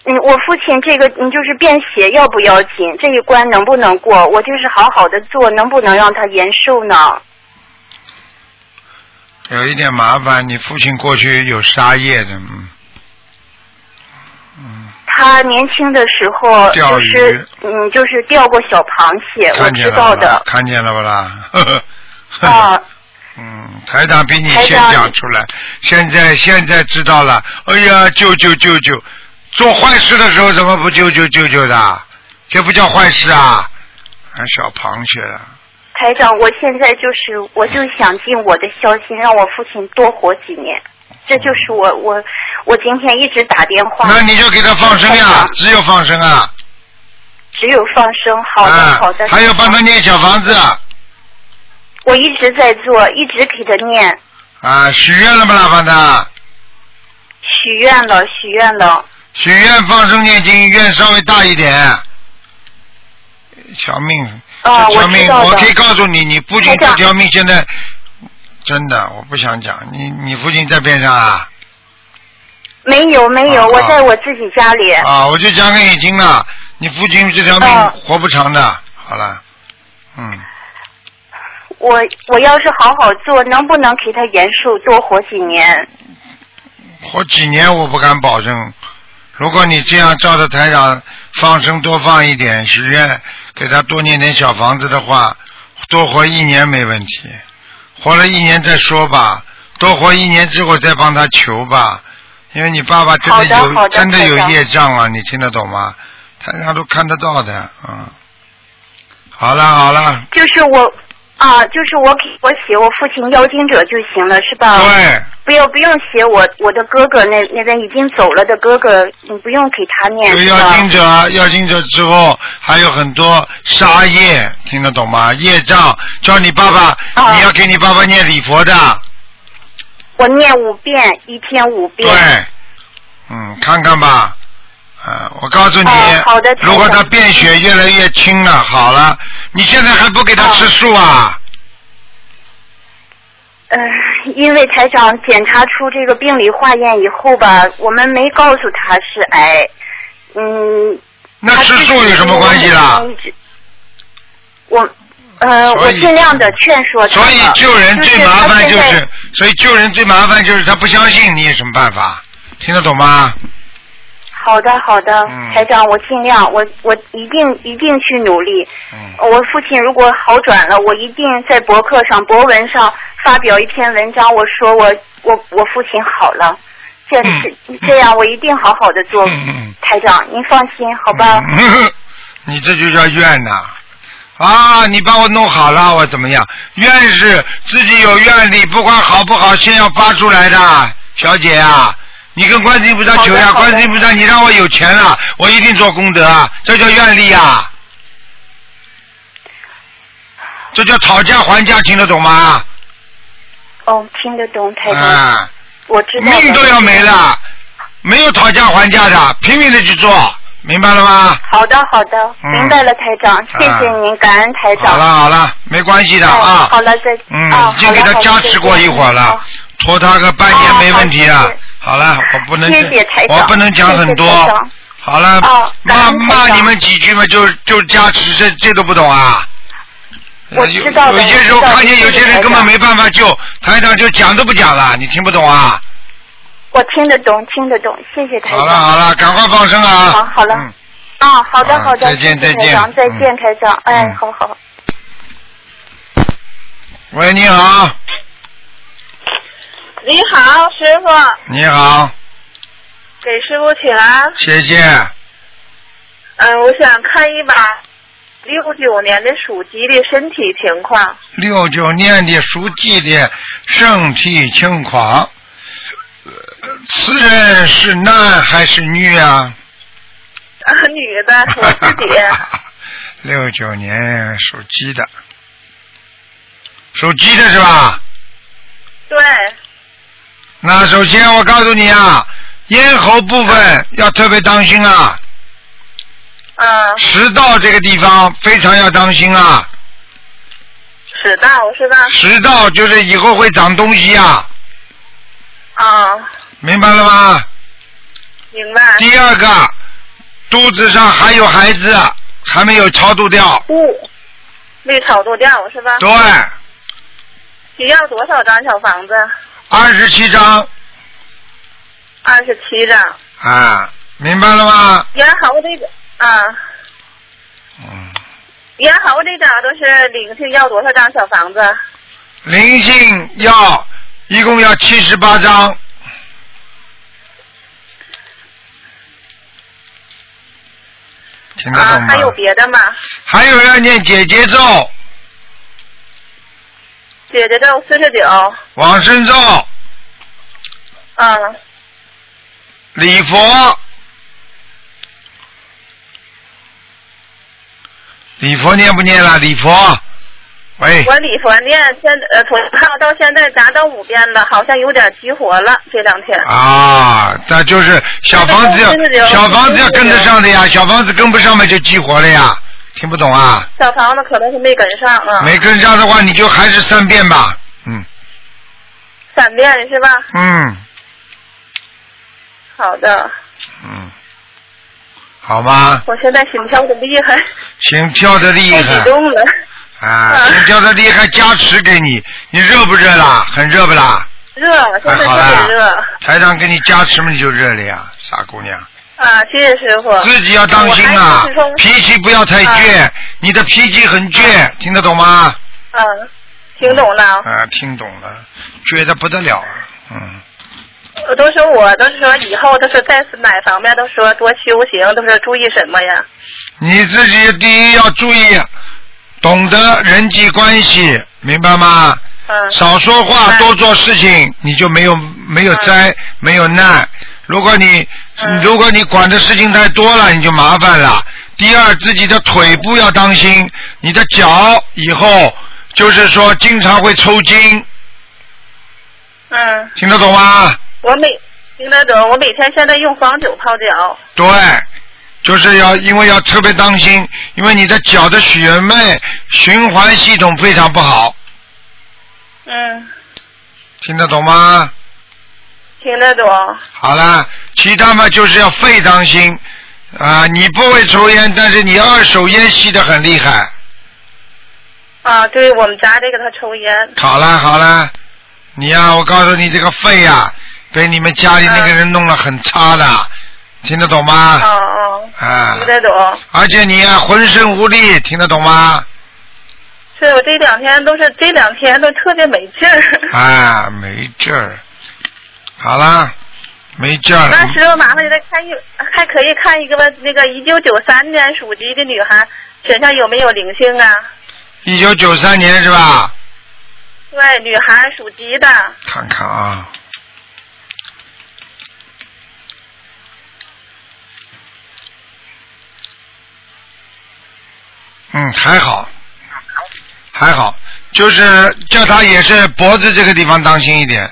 H: 嗯，我父亲这个嗯就是便血要不要紧，这一关能不能过？我就是好好的做，能不能让他延寿呢？
A: 有一点麻烦，你父亲过去有杀业的，嗯，嗯。
H: 他年轻的时候
A: 钓
H: 就
A: 鱼
H: 是嗯就是钓过小螃蟹，我
A: 看见
H: 知
A: 了
H: 道
A: 不啦
H: 的。
A: 看见了不啦？呵呵
H: 啊，
A: 嗯，台长比你
H: 台
A: 先
H: 长
A: 讲出来，现在现在知道了。哎呀，救救救救！做坏事的时候怎么不救救救救的？这不叫坏事啊！还小螃蟹啊了，
H: 台长，我现在就是我就想尽我的孝心，让我父亲多活几年。这就是我我我今天一直打电话。
A: 那你就给他放生
H: 台
A: 呀
H: 长，
A: 只有放生啊！
H: 只有放生，好的、
A: 啊
H: 好的。
A: 还有帮他念小房子啊
H: 我一直在做，一直给他念，
A: 啊，许愿了不啦，帮他？
H: 许愿了，许愿了。
A: 许愿放生念经，愿稍微大一点。小命，
H: 啊
A: 这条
H: 我
A: 命，
H: 知道的
A: 我可以告诉你，你父亲
H: 台
A: 这
H: 长
A: 条命现在真的，我不想讲。你你父亲在边上啊？
H: 没有没有，
A: 啊
H: 我在我自己家里。
A: 啊，我就讲给你听了，你父亲这条命
H: 啊
A: 活不长的。好了，嗯，
H: 我我要是好好做，能不能给他延寿多活几年？
A: 活几年我不敢保证。如果你这样照着台长放生多放一点，许愿给他多念点小房子的话，多活一年没问题。活了一年再说吧，多活一年之后再帮他求吧，因为你爸爸真
H: 好
A: 有
H: 的好的
A: 真的有
H: 台长
A: 业障啊，你听得懂吗？台上都看得到的，嗯。好了好了，
H: 就是我啊，就是我给我写我父亲邀请者就行了，是吧？
A: 对，
H: 不要不用写我我的哥哥那那个已经走了的哥哥，你不用给他念
A: 有
H: 是
A: 要经
H: 吧？
A: 者，要经者之后还有很多杀业，听得懂吗？业障，叫你爸爸，
H: 啊
A: 你要给你爸爸念礼佛的，
H: 我念五遍，一天五遍。
A: 对，嗯，看看吧，啊，我告诉你，
H: 哦好的台长
A: 如果他便血越来越轻了，好了，你现在还不给
H: 哦
A: 他吃素啊？
H: 呃，因为台长检查出这个病理化验以后吧，我们没告诉他是癌，嗯，
A: 那吃素有什么关系啦？
H: 我呃，
A: 所
H: 我
A: 以
H: 尽量的劝说他
A: 所
H: 了。
A: 以救人最麻烦就
H: 他现在
A: 是，所以救人最麻烦就是他不相信你有什么办法，听得懂吗？
H: 好的，好的
A: 嗯，
H: 台长，我尽量，我我一定一定去努力。
A: 嗯，
H: 我父亲如果好转了，我一定在博客上、博文上发表一篇文章，我说我我我父亲好了，这是、这样，我一定好好的做。
A: 嗯嗯
H: 台长，您放心，好吧？
A: 嗯 你这就叫怨呐、啊！你把我弄好了，我怎么样？怨是自己有愿力，不管好不好，先要发出来的，小姐啊！你跟观世音菩萨求呀、
H: 好的好的
A: 观世音菩萨，你让我有钱了，我一定做功德啊，这叫愿力啊！这叫讨价还价，听得懂吗？
H: 哦，听得懂，台
A: 嗯
H: 长，
A: 啊，
H: 我知道。
A: 命都要没。了，没有讨价还价的，拼命的去做，明白了吗？
H: 好的，好的，
A: 嗯啊
H: 明白了，台长，谢谢您，感恩台
A: 好
H: 长。
A: 了好了，没关系的
H: 哎
A: 啊。
H: 好了，再
A: 嗯，
H: 啊
A: 已经给
H: 好
A: 他
H: 了好了
A: 加持过一会儿
H: 再见
A: 了
H: 好，
A: 拖他个半年
H: 哦
A: 没问题啊
H: 好谢谢。
A: 好了，我不能
H: 谢谢台，长
A: 我不能讲很多
H: 谢谢台长。
A: 好了
H: 哦，感
A: 骂
H: 恩台
A: 骂
H: 长
A: 你们几句嘛，就就加持，这这都不懂啊。呃
H: 我
A: 有
H: 知道的
A: 有些时候
H: 我知道的
A: 看见有些人根本
H: 谢谢台长
A: 没办法救，台长就讲都不讲了，你听不懂啊？
H: 我听得懂，听得懂，谢谢台
A: 好
H: 长。
A: 了好了，赶快放生啊！
H: 好好了
A: 嗯
H: 啊，好的
A: 好
H: 好的，
A: 再见
H: 谢
A: 再
H: 谢
A: 见
H: 台长，再
A: 嗯
H: 见台长，哎
A: 嗯，
H: 好 好。
A: 喂，你好，
I: 你好，师傅，
A: 你好，
I: 给师傅请安。
A: 谢谢。
I: 嗯、我想看一把六九年的属鸡的身体情况。
A: 六九年的属鸡的身体情况，呃此人是男还是女啊？
I: 啊，女的，我自己。
A: 六九年属鸡的，属鸡的是吧？
I: 对，
A: 那首先我告诉你啊，咽喉部分要特别当心啊，
I: 嗯、
A: 食道这个地方非常要当心啊，
I: 是的，我是的，
A: 食道就是以后会长东西啊，
I: 啊、
A: 明白了吗？
I: 明白。
A: 第二个，肚子上还有孩子，还没有超度掉。
I: 五，没超度掉，我是吧？
A: 对，
I: 需要多少张小房子？
A: 二十七章
I: 二十七张。
A: 啊，明白了吗？
I: 咽喉这个啊，
A: 嗯，
I: 咽喉这张都是灵性，要多少张小房子？
A: 灵性要一共要七十八章，听得
I: 啊
A: 懂，吗？
I: 还有别的吗？
A: 还有要念姐姐咒、
I: 姐姐咒四十九，
A: 往生咒、
I: 嗯，
A: 礼佛。礼佛念不念了？礼佛，喂，
I: 我礼佛念现呃从号到现在达到五遍了，好像有点激活了这两天。
A: 啊，那就是小房子
I: 那个
A: 要
I: 东西
A: 小房子要
I: 是
A: 跟得
I: 有
A: 上的呀，小房子跟不上嘛就激活了呀，听不懂啊？
I: 小房子可能是没跟上啊，
A: 没跟上的话，你就还是三遍吧，嗯
I: 三遍是吧？
A: 嗯
I: 好的，
A: 嗯，好吗？
I: 我现在心跳的厉害，
A: 心跳的啊厉
I: 太
A: 害
I: 激动了。
A: 啊，心跳的厉害，加持给你，你热不热啦？很热不啦？
I: 热，现在
A: 哎好
I: 特
A: 啦
I: 别热
A: 台长给你加持嘛，你就热了呀，傻姑娘。
I: 啊！谢谢师傅。
A: 自己要当心
I: 我
A: 啊
I: 还是啊从，
A: 脾气不要太倔，你的脾气很倔，听得懂吗？
I: 嗯，听懂了。
A: 啊，听懂了，倔得不得了，嗯，
I: 我都说我都说以后都是在哪方面都说多修行，都是注意什么呀？
A: 你自己第一要注意，懂得人际关系，明白吗？
I: 嗯，
A: 少说话，
I: 嗯
A: 多做事情，你就没有没有灾，没有难。如果你、
I: 嗯
A: 如果你管的事情太多了，你就麻烦了。第二，自己的腿部要当心，你的脚以后就是说经常会抽筋，
I: 嗯，
A: 听得懂吗？
I: 我每听得懂，我每天现在用黄酒泡脚。
A: 对，就是要因为要特别当心，因为你的脚的血脉循环系统非常不好，
I: 嗯，
A: 听得懂吗？
I: 听得懂。
A: 好啦，其他嘛就是要肺当心，啊，你不会抽烟，但是你二手烟吸的很厉害。
I: 啊，对我们家这个他抽烟，
A: 好啦好啦，你呀、我告诉你，这个肺呀、被你们家里那个人弄了很差的，听得懂吗？
I: 哦哦，
A: 啊
I: 听，得懂。
A: 而且你呀、浑身无力，听得懂吗？
I: 是我这两天都是这两天都特别没劲儿。
A: 啊，没劲儿。好啦，没劲儿。
I: 那师傅麻烦您再看一，还可以看一个吧，那个一九九三年属鸡的女孩身上有没有灵性啊？
A: 一九九三年是吧？
I: 对，女孩属鸡的，
A: 看看啊。嗯，还好，还好，就是叫他也是脖子这个地方当心一点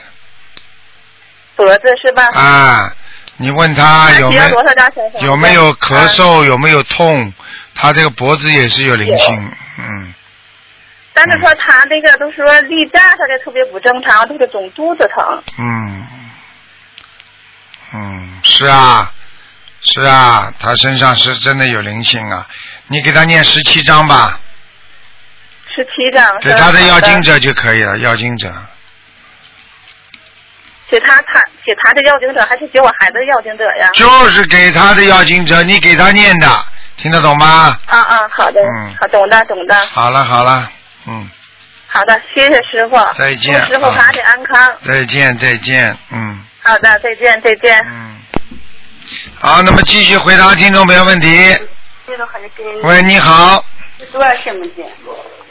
I: 脖子是吧？
A: 啊。你问他有没
I: 哎需要多少张小房子嗯啊
A: 有没有咳嗽，有没有痛，他这个脖子也是有灵性，嗯。
I: 但是说她那个都说例假，她这特别不正常，都是总肚子疼。
A: 嗯，嗯，是啊，是啊，他身上是真的有灵性啊。你给他念十七章吧，
I: 十七张。
A: 给他的要经。者就可以了，要经者。
I: 写她她写她的要经者，还是写我孩子的要经者呀？
A: 就是给他的要经者，你给他念的，听得懂吗？
I: 啊啊，好的，
A: 嗯
I: 好，懂的，懂的，
A: 好了好了，嗯，
I: 好的，谢谢师傅，
A: 再见
I: 祝师傅
A: 啊
I: 法体安康，
A: 再见再见，嗯
I: 好的，再见，再见。
A: 嗯。好，那么继续回答听众朋友问题。喂，你好，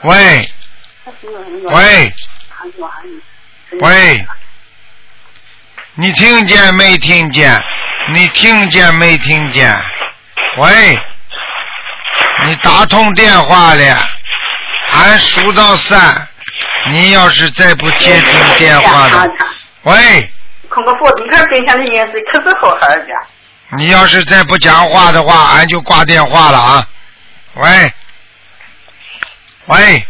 A: 喂喂。喂，你听见没听见？你听见没听见？喂，你打通电话了，俺数到三，你要是再不接听电话的，喂，
J: 空个脖子，你看冰箱的颜色可是好孩啊儿家。
A: 你要是再不讲话的话，俺就挂电话了啊！喂，喂，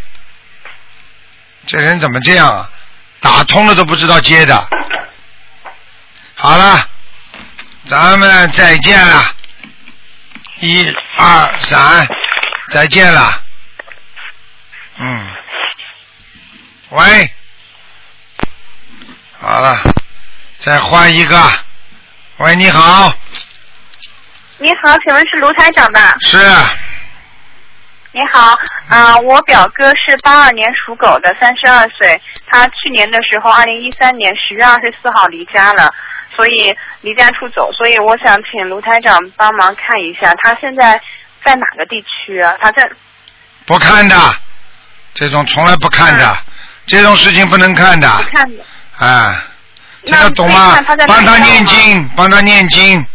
A: 这人怎么这样啊？打通了都不知道接的。好了，咱们再见了，一二三，再见了。嗯，喂，好了，再换一个。喂，你好，
H: 你好，请问是卢台长吧？
A: 是
H: 你好，
A: 嗯
H: 啊、我表哥是八二年属狗的，三十二岁。他去年的时候，二零一三年十月二十四号离家了，所以离家出走。所以我想请卢台长帮忙看一下，他现在在哪个地区啊？他在
A: 不看的，这种从来不看的，这种事情不能看的，
H: 不看的。
A: 啊，听
H: 那
A: 得懂吗
H: 可以看他在？哪
A: 帮他
H: 里上
A: 念
H: 吗
A: 经，帮他念经，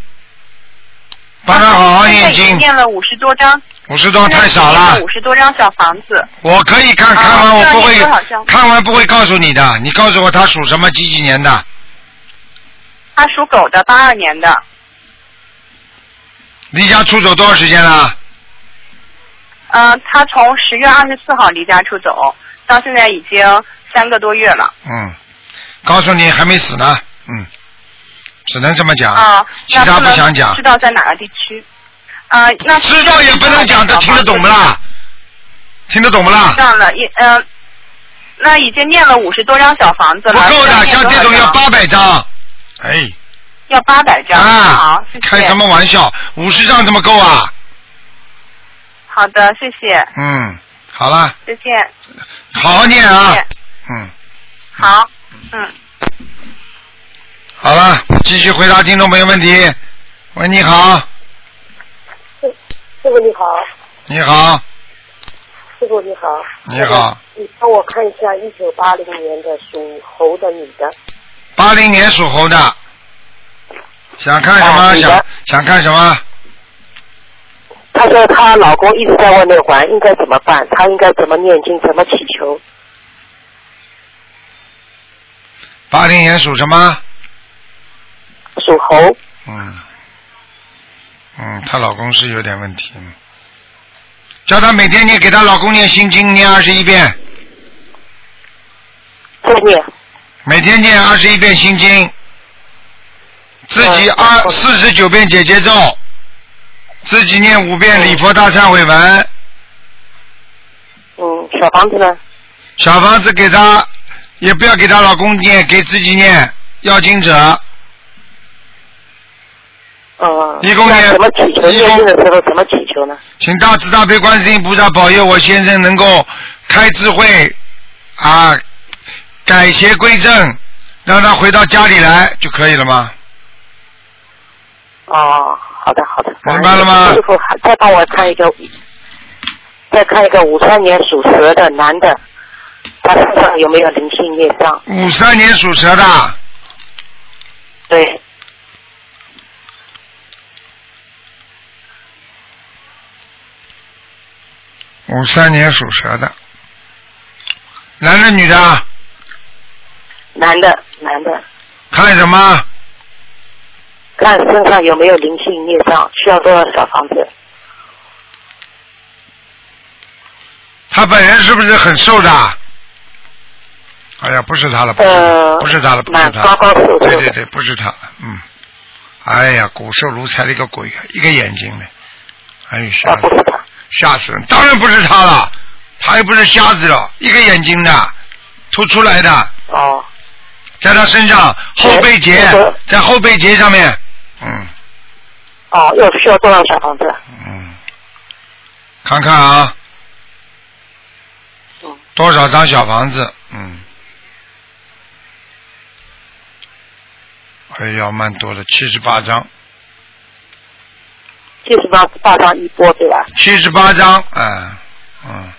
A: 帮他好好念
H: 啊现在已经
A: 经。
H: 念了五十多张，
A: 五十多太少了
H: 五，十多张小房子。
A: 我可以看
H: 啊
A: 看完，我不
H: 这样念多少
A: 会
H: 张
A: 看完不会告诉你的。你告诉我他属什么，几几年的？
H: 他属狗的，八二年的，
A: 离家出走多少时间了？
H: 嗯、他从十月二十四号离家出走，到现在已经三个多月了。
A: 嗯，告诉你还没死呢，嗯，只能这么讲。
H: 啊，
A: 其
H: 那
A: 他
H: 不
A: 不
H: 能
A: 想讲
H: 知。道在哪个地区？啊、那
A: 知道也不能讲，他听得懂不啦？听得懂不啦
H: 知？道了，也嗯、那已经念了五十多张小房子
A: 不
H: 了，
A: 够的，
H: 现
A: 像
H: 在念
A: 这
H: 多
A: 种
H: 少
A: 要
H: 张
A: 八百张。哎，
H: 要八百张
A: 啊
H: 好，谢，谢
A: 开什么？玩笑？五十张怎么够啊？
H: 好的，谢谢，
A: 嗯，好了，
H: 再见，
A: 好好念啊
H: 再见。
A: 嗯，
H: 好，嗯，
A: 好了，继续回答听众朋友问题。喂，你好，
J: 师傅你好，
A: 你好，
J: 师傅你好。
A: 你好。
J: 你帮我看一下一九八零年的属猴的女的，
A: 八零年属猴的，想看什
J: 啊
A: 么？
J: 你的
A: 想想看什么？
J: 她说她老公一直在外面玩，应该怎么办？她应该怎么念经，怎么祈求？
A: 八零年属什么？
J: 属猴，
A: 嗯，嗯，她老公是有点问题。嗯叫她每天念给她老公念心经，念二十一遍，
J: 再念
A: 每天念二十一遍心经，自己
J: 嗯
A: 二
J: 好的
A: 四十九遍解结咒，自己念五遍礼佛大忏悔文，
J: 嗯，小房子呢？
A: 小房子给她，也不要给她老公念，给自己念要经者，
J: 嗯，
A: 一共
J: 那
A: 念
J: 怎么祈求？
A: 一
J: 念
A: 共
J: 经的时候怎么祈求呢？
A: 请大慈大悲观世音菩萨保佑我先生能够开智慧啊，改邪归正，让他回到家里来就可以了吗？
J: 哦，好的好的，哎
A: 明白了吗
J: 师傅，再帮我看一个，再看一个五三年属蛇的男的，他身上有没有灵性业障？
A: 五三年属蛇的，
J: 对，
A: 五三年属蛇的，男的女
F: 嗯
A: 的？
J: 男的男的，
A: 看什么？
J: 看身上有没有灵性业障，需要多少小房子？
A: 他本人是不是很瘦的？哎呀，不是他了，不是他了
J: 呃
A: 不是他了，不是
J: 蛮
A: 他了，
J: 高高瘦瘦的
A: 对对对，不是他了，嗯。哎呀，骨瘦如柴的一个鬼啊，一个眼睛呢，哎呦，吓
J: 啊，
A: 死
J: 不是他，
A: 吓死人！当然不是他了，他又不是瞎子了，一个眼睛的，凸出来的，
J: 哦，
A: 在他身上后背节
J: 哎我，
A: 在后背节上面，嗯
J: 哦，又需要多少小房子？
A: 嗯，看看啊
J: 嗯，
A: 多少张小房子？嗯，哎呀，蛮多的，七十八张，
J: 七十八八张一波对吧？
A: 七十八张，哎，嗯，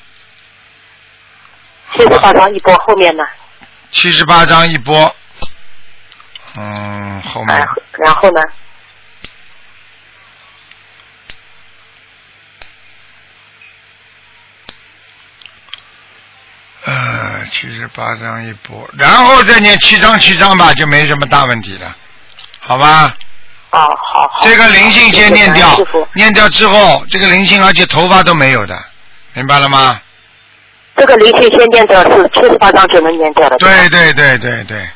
J: 七十八张一波，后面呢？
A: 七十八张一波，嗯，后面。
J: 啊，然后呢？
A: 呃，七十八张一波，然后再念七张七张吧，就没什么大问题了，好吧？
J: 哦，好好。
A: 这个灵性先念掉
J: 师傅，，
A: 念掉之后，这个灵性而且头发都没有的，明白了吗？
J: 这个灵性先念掉是七十八张就能念掉的。吧
A: 对对对对对，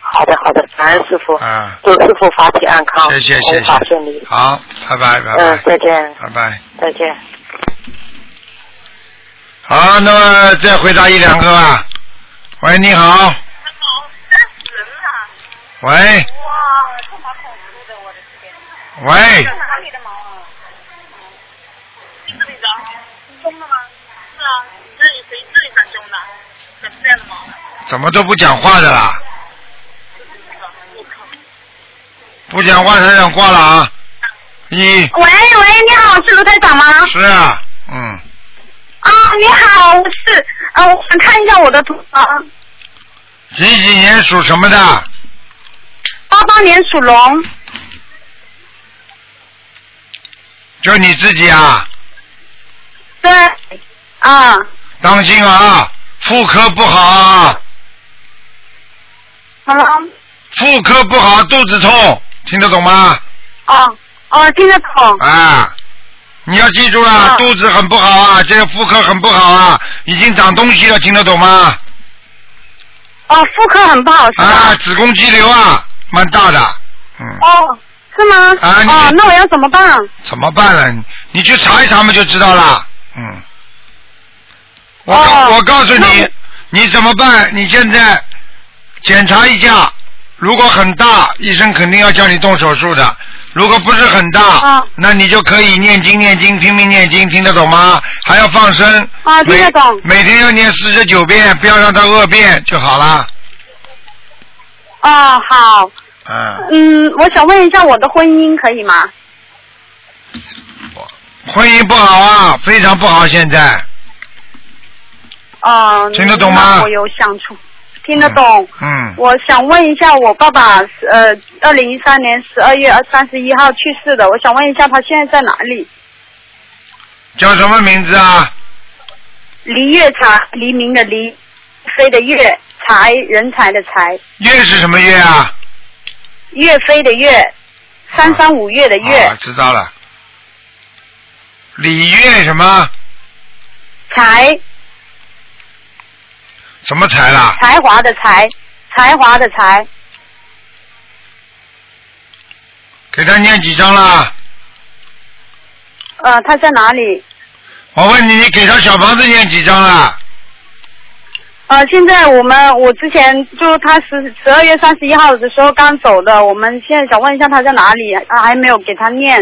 J: 好的，好的，感恩师傅，
A: 啊，
J: 祝师傅法体安康，
A: 谢谢谢
J: 弘法顺
A: 谢
J: 利，。
A: 好，拜拜拜
J: 嗯，
A: 拜
J: 再见，
A: 拜拜。
J: 再见。
A: 好，那么再回答一两个吧。喂，你好。喂。喂。怎么都不讲话的啦？不讲话，台长挂了啊！一
C: 喂喂，你好，是卢台长吗？
A: 是啊，嗯，
C: 啊，你好，我是呃，我想看一下我的图啊，
A: 几几年属什么的？
C: 八八年属龙，
A: 就你自己啊，
C: 对，啊，
A: 当心啊，妇科不好啊，
C: 好了，
A: 妇科不好，肚子痛，听得懂吗？
C: 哦哦，听得懂，
A: 啊，你要记住了，
C: 嗯
A: 肚子很不好啊，这个妇科很不好啊，已经长东西了，听得懂吗？
C: 哦，妇科很不好是吧？
A: 啊，子宫肌瘤啊，蛮大的，嗯，
C: 哦，是吗？
A: 啊你
C: 哦，那我要怎么办？
A: 怎么办呢？你你去查一查嘛，就知道了，嗯。我告、
C: 哦
A: 我告诉
C: 那
A: 你
C: 我，
A: 你怎么办？你现在检查一下，如果很大，医生肯定要叫你动手术的。如果不是很大，
C: 啊
A: 那你就可以念经念经，拼命念经，听得懂吗？还要放生，
C: 啊听得懂
A: 每每天要念四十九遍，不要让它恶变就好了。
C: 哦，好，
A: 嗯，
C: 嗯，我想问一下我的婚姻可以吗？
A: 婚姻不好啊，非常不好，现在。
C: 嗯，
A: 听得懂吗
C: 那我有想出，听得懂。
A: 嗯，
C: 我想问一下，我爸爸是呃，二零一三年十二月二三十一号去世的，我想问一下他现在在哪里？
A: 叫什么名字啊？
C: 黎月茶，黎明的黎，飞的月，才人才的才，
A: 月是什么月啊？
C: 岳飞的岳，三三五月的月，
A: 啊，知道了。李月什么
C: 才
A: 什么才啦？
C: 才华的才，才华的才，
A: 给他念几张啦？
C: 呃，他在哪里？
A: 我问你，你给他小房子念几张了？
C: 呃，现在我们我之前就他十十二月三十一号的时候刚走的，我们现在想问一下他在哪里，啊、还没有给他念。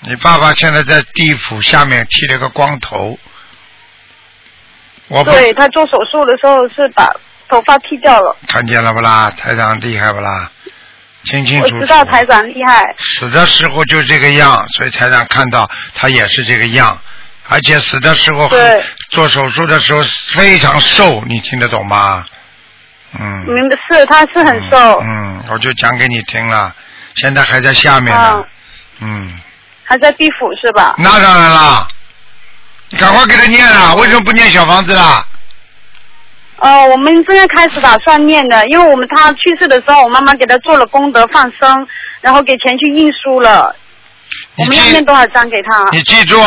A: 你爸爸现在在地府下面剃了个光头。我不
C: 对他做手术的时候是把头发剃掉了，
A: 看见了不啦？台长厉害不啦？清清
C: 我
A: 楚楚。
C: 知道台长厉害。
A: 死的时候就这个样，所以台长看到他也是这个样，而且死的时候很
C: 对
A: 做手术的时候非常瘦，你听得懂吗？嗯
C: 明白是他是很瘦，
A: 嗯，我就讲给你听了，现在还在下面呢
C: 啊，
A: 嗯，
C: 还在地府是吧？
A: 那当然啦，你赶快给他念
C: 嗯
A: 啊，为什么不念小房子啦？
C: 呃，我们现在开始打算念的，因为我们他去世的时候，我妈妈给他做了功德放生，然后给钱去印书了。我们要念多少张给他？
A: 你记住，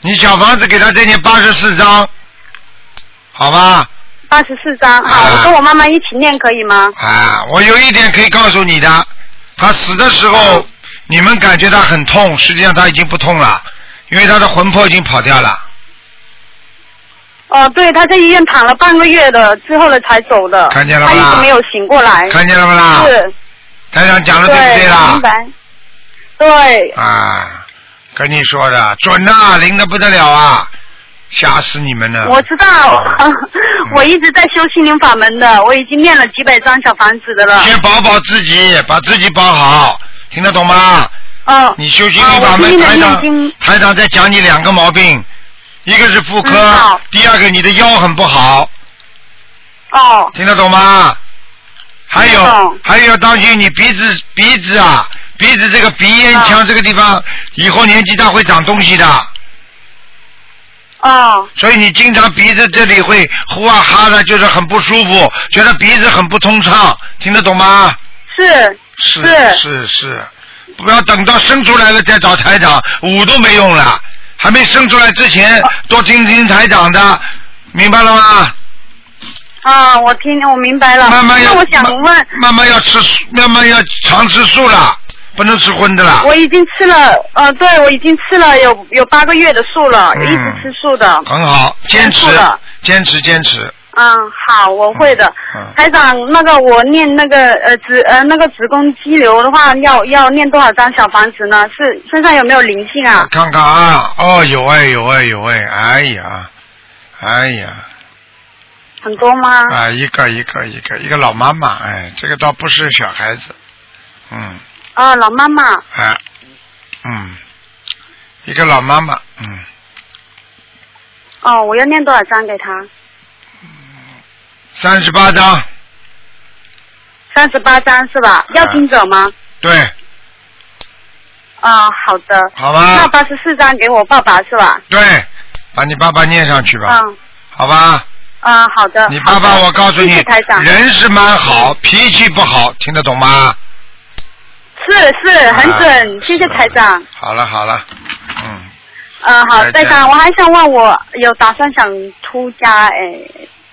A: 你小房子给他再念八十四章，好吧？
C: 八十四张啊！我跟我妈妈一起念可以吗？
A: 啊，我有一点可以告诉你的，他死的时
C: 嗯
A: 候，你们感觉他很痛，实际上他已经不痛了，因为他的魂魄已经跑掉了。
C: 哦、对，他在医院躺了半个月的，之后了才走的。
A: 看见了吧
C: 他一直没有醒过来。
A: 看见了不啦
C: 是。
A: 台长讲的对不
C: 对
A: 对啦
C: 明？白。对，
A: 啊，跟你说的准呐、灵的不得了啊，吓死你们了。
C: 我知道，
A: 哦
C: 我一直在修心灵法门的，我已经念了几百张小房子的了。
A: 先保保自己，把自己保好，听得懂吗？
C: 嗯、
A: 你修心灵法门，
C: 啊我
A: 台
C: 听你的
A: 长
C: 念经
A: 台长在讲你两个毛病，一个是妇科，
C: 嗯好
A: 第二个你的腰很不好，
C: 哦，
A: 听得懂吗？还
C: 听得
A: 有
C: 懂
A: 还有要当心你鼻子鼻子啊，鼻子这个鼻咽
C: 嗯
A: 腔这个地方，以后年纪大会长东西的。
C: 哦，
A: 所以你经常鼻子这里会呼啊哈的，就是很不舒服，觉得鼻子很不通畅，听得懂吗？
C: 是
A: 是
C: 是
A: 是是，不要等到生出来了再找台长，捂都没用了。还没生出来之前，多听听台长的，明白了吗？
C: 啊，我听我明白了。
A: 慢慢要
C: 啊那我想问，
A: 慢慢要吃素，慢慢要常吃素了，不能吃荤的了。
C: 我已经吃了，呃，对我已经吃了有有八个月的素了，
A: 嗯
C: 一直吃素的。
A: 很好，坚持
C: 吃素的，
A: 坚持，坚持。
C: 嗯，好，我会的。
A: 嗯，
C: 台长，那个我念那个呃子呃那个子宫肌瘤的话，要要念多少张小房子呢？是身上有没有灵性啊？
A: 看看啊，哦，有哎，有哎，有哎，哎呀，哎呀。
C: 很多吗？
A: 啊，一个一个一个一个老妈妈，哎，这个倒不是小孩子，嗯，
C: 啊，老妈妈，
A: 啊，嗯，一个老妈妈，嗯，
C: 哦，我要念多少张给他？
A: 三十八张，
C: 三十八张是吧？
A: 嗯
C: 要听者吗？
A: 对，
C: 啊，好的。
A: 好
C: 那
A: 吧，
C: 八十四张给我爸爸是吧？
A: 对，把你爸爸念上去吧，
C: 嗯
A: 好吧，
C: 啊，好的。
A: 你爸
C: 好
A: 爸，
C: 的
A: 我告诉
C: 谢
A: 你
C: 谢台长，
A: 人是蛮好，脾气不好，听得懂吗？
C: 是是很准，
A: 啊
C: 谢谢台长。
A: 好了好了，嗯，
C: 嗯，好，
A: 再见
C: 台长，我还想问我有打算想出家哎，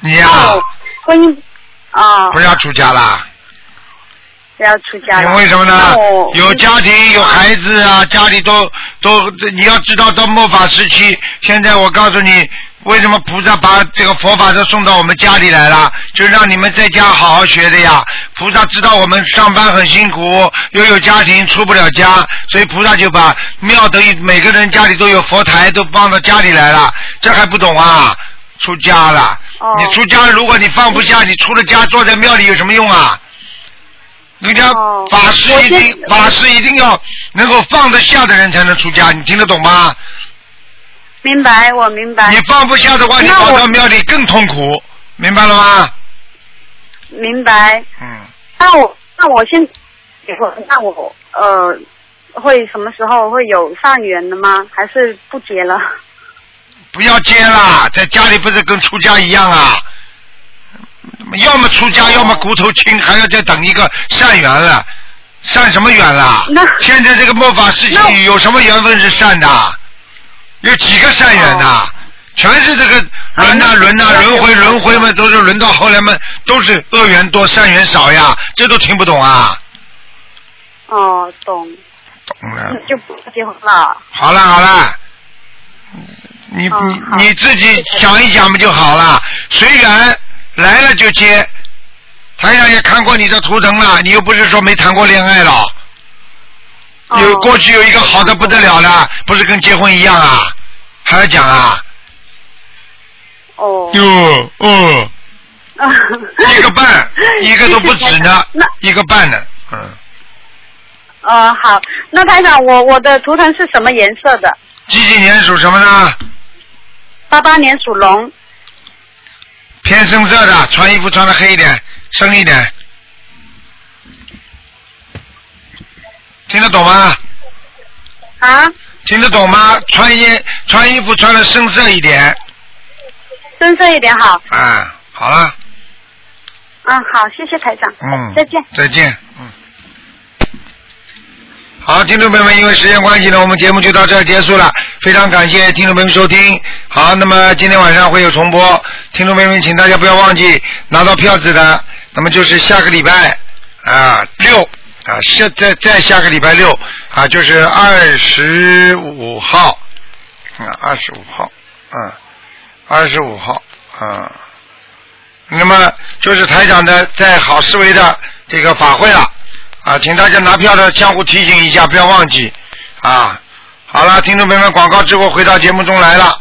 A: 你呀、
C: 哦婚姻啊
A: 不要出家啦。
C: 不要出家哦嗯了，
A: 因为什么呢
C: 那我？
A: 有家庭有孩子啊，
C: 嗯
A: 家里都都，这你要知道，到末法时期，现在我告诉你，为什么菩萨把这个佛法都送到我们家里来了，就让你们在家好好学的呀。菩萨知道我们上班很辛苦，又有家庭出不了家，所以菩萨就把庙等于每个人家里都有佛台，都放到家里来了，这还不懂啊？出家了，
C: 哦嗯
A: 你出家，如果你放不下，你出了家坐在庙里有什么用啊？人家
C: 哦
A: 法师
C: 我
A: 一定
C: 先
A: 法师一定要能够放得下的人才能出家，你听得懂吗？
C: 明白，我明白
A: 你，放不下的话，你
C: 哎那
A: 跑
C: 我
A: 到庙里更痛苦，明白了吗？
C: 明白。
A: 嗯，
C: 那我那我先，那我呃，会什么时候会有上缘的吗？还是不结了？
A: 不要接啦，在家里不是跟出家一样啊？要么出
C: 哦
A: 家，要么骨头轻，还要再等一个善缘了，善什么缘啦
C: 那？
A: 现在这个末法时
C: 那
A: 期有什么缘分是善的？有几个善缘呐、全是这个轮呐、
C: 啊
A: 轮呐、
C: 哦那
A: 轮回
C: 那
A: 轮回嘛，都是轮到后来嘛，都是恶缘多善缘少呀，这都听不懂啊，
C: 哦，懂。
A: 嗯啊
C: 就不结婚了。
A: 好了好了，你你、你自己想一想不就好了？随缘来了就接。台长也看过你的图腾了，你又不是说没谈过恋爱了。有过去有一个好的不得了的，不是跟结婚一样啊？还要讲啊？
C: 哦。
A: 哟哦，一个半， 一个都不止 呢，一个半呢，嗯，
C: 呃，好，那台长，我我的图腾是什么颜色的？
A: 几几年属什么呢？
C: 八八年属龙。
A: 偏深色的，穿衣服穿的黑一点，深一点。听得懂吗？
C: 啊？
A: 听得懂吗？穿衣穿衣服穿的深色一点，
C: 深色一点好。
A: 啊，好了，
C: 嗯，好，谢谢台长。
A: 嗯，
C: 再见。
A: 再见，嗯。好，听众朋友们，因为时间关系呢，我们节目就到这儿结束了。非常感谢听众朋友们收听。好，那么今天晚上会有重播，听众朋友们，请大家不要忘记拿到票子的，那么就是下个礼拜啊六啊，下再再下个礼拜六啊，就是二十五号，啊二十五号，嗯，二十五号，嗯。那么就是台长的在好思维的这个法会了啊，请大家拿票的相互提醒一下，不要忘记啊。好了，听众朋友们，广告之后回到节目中来了。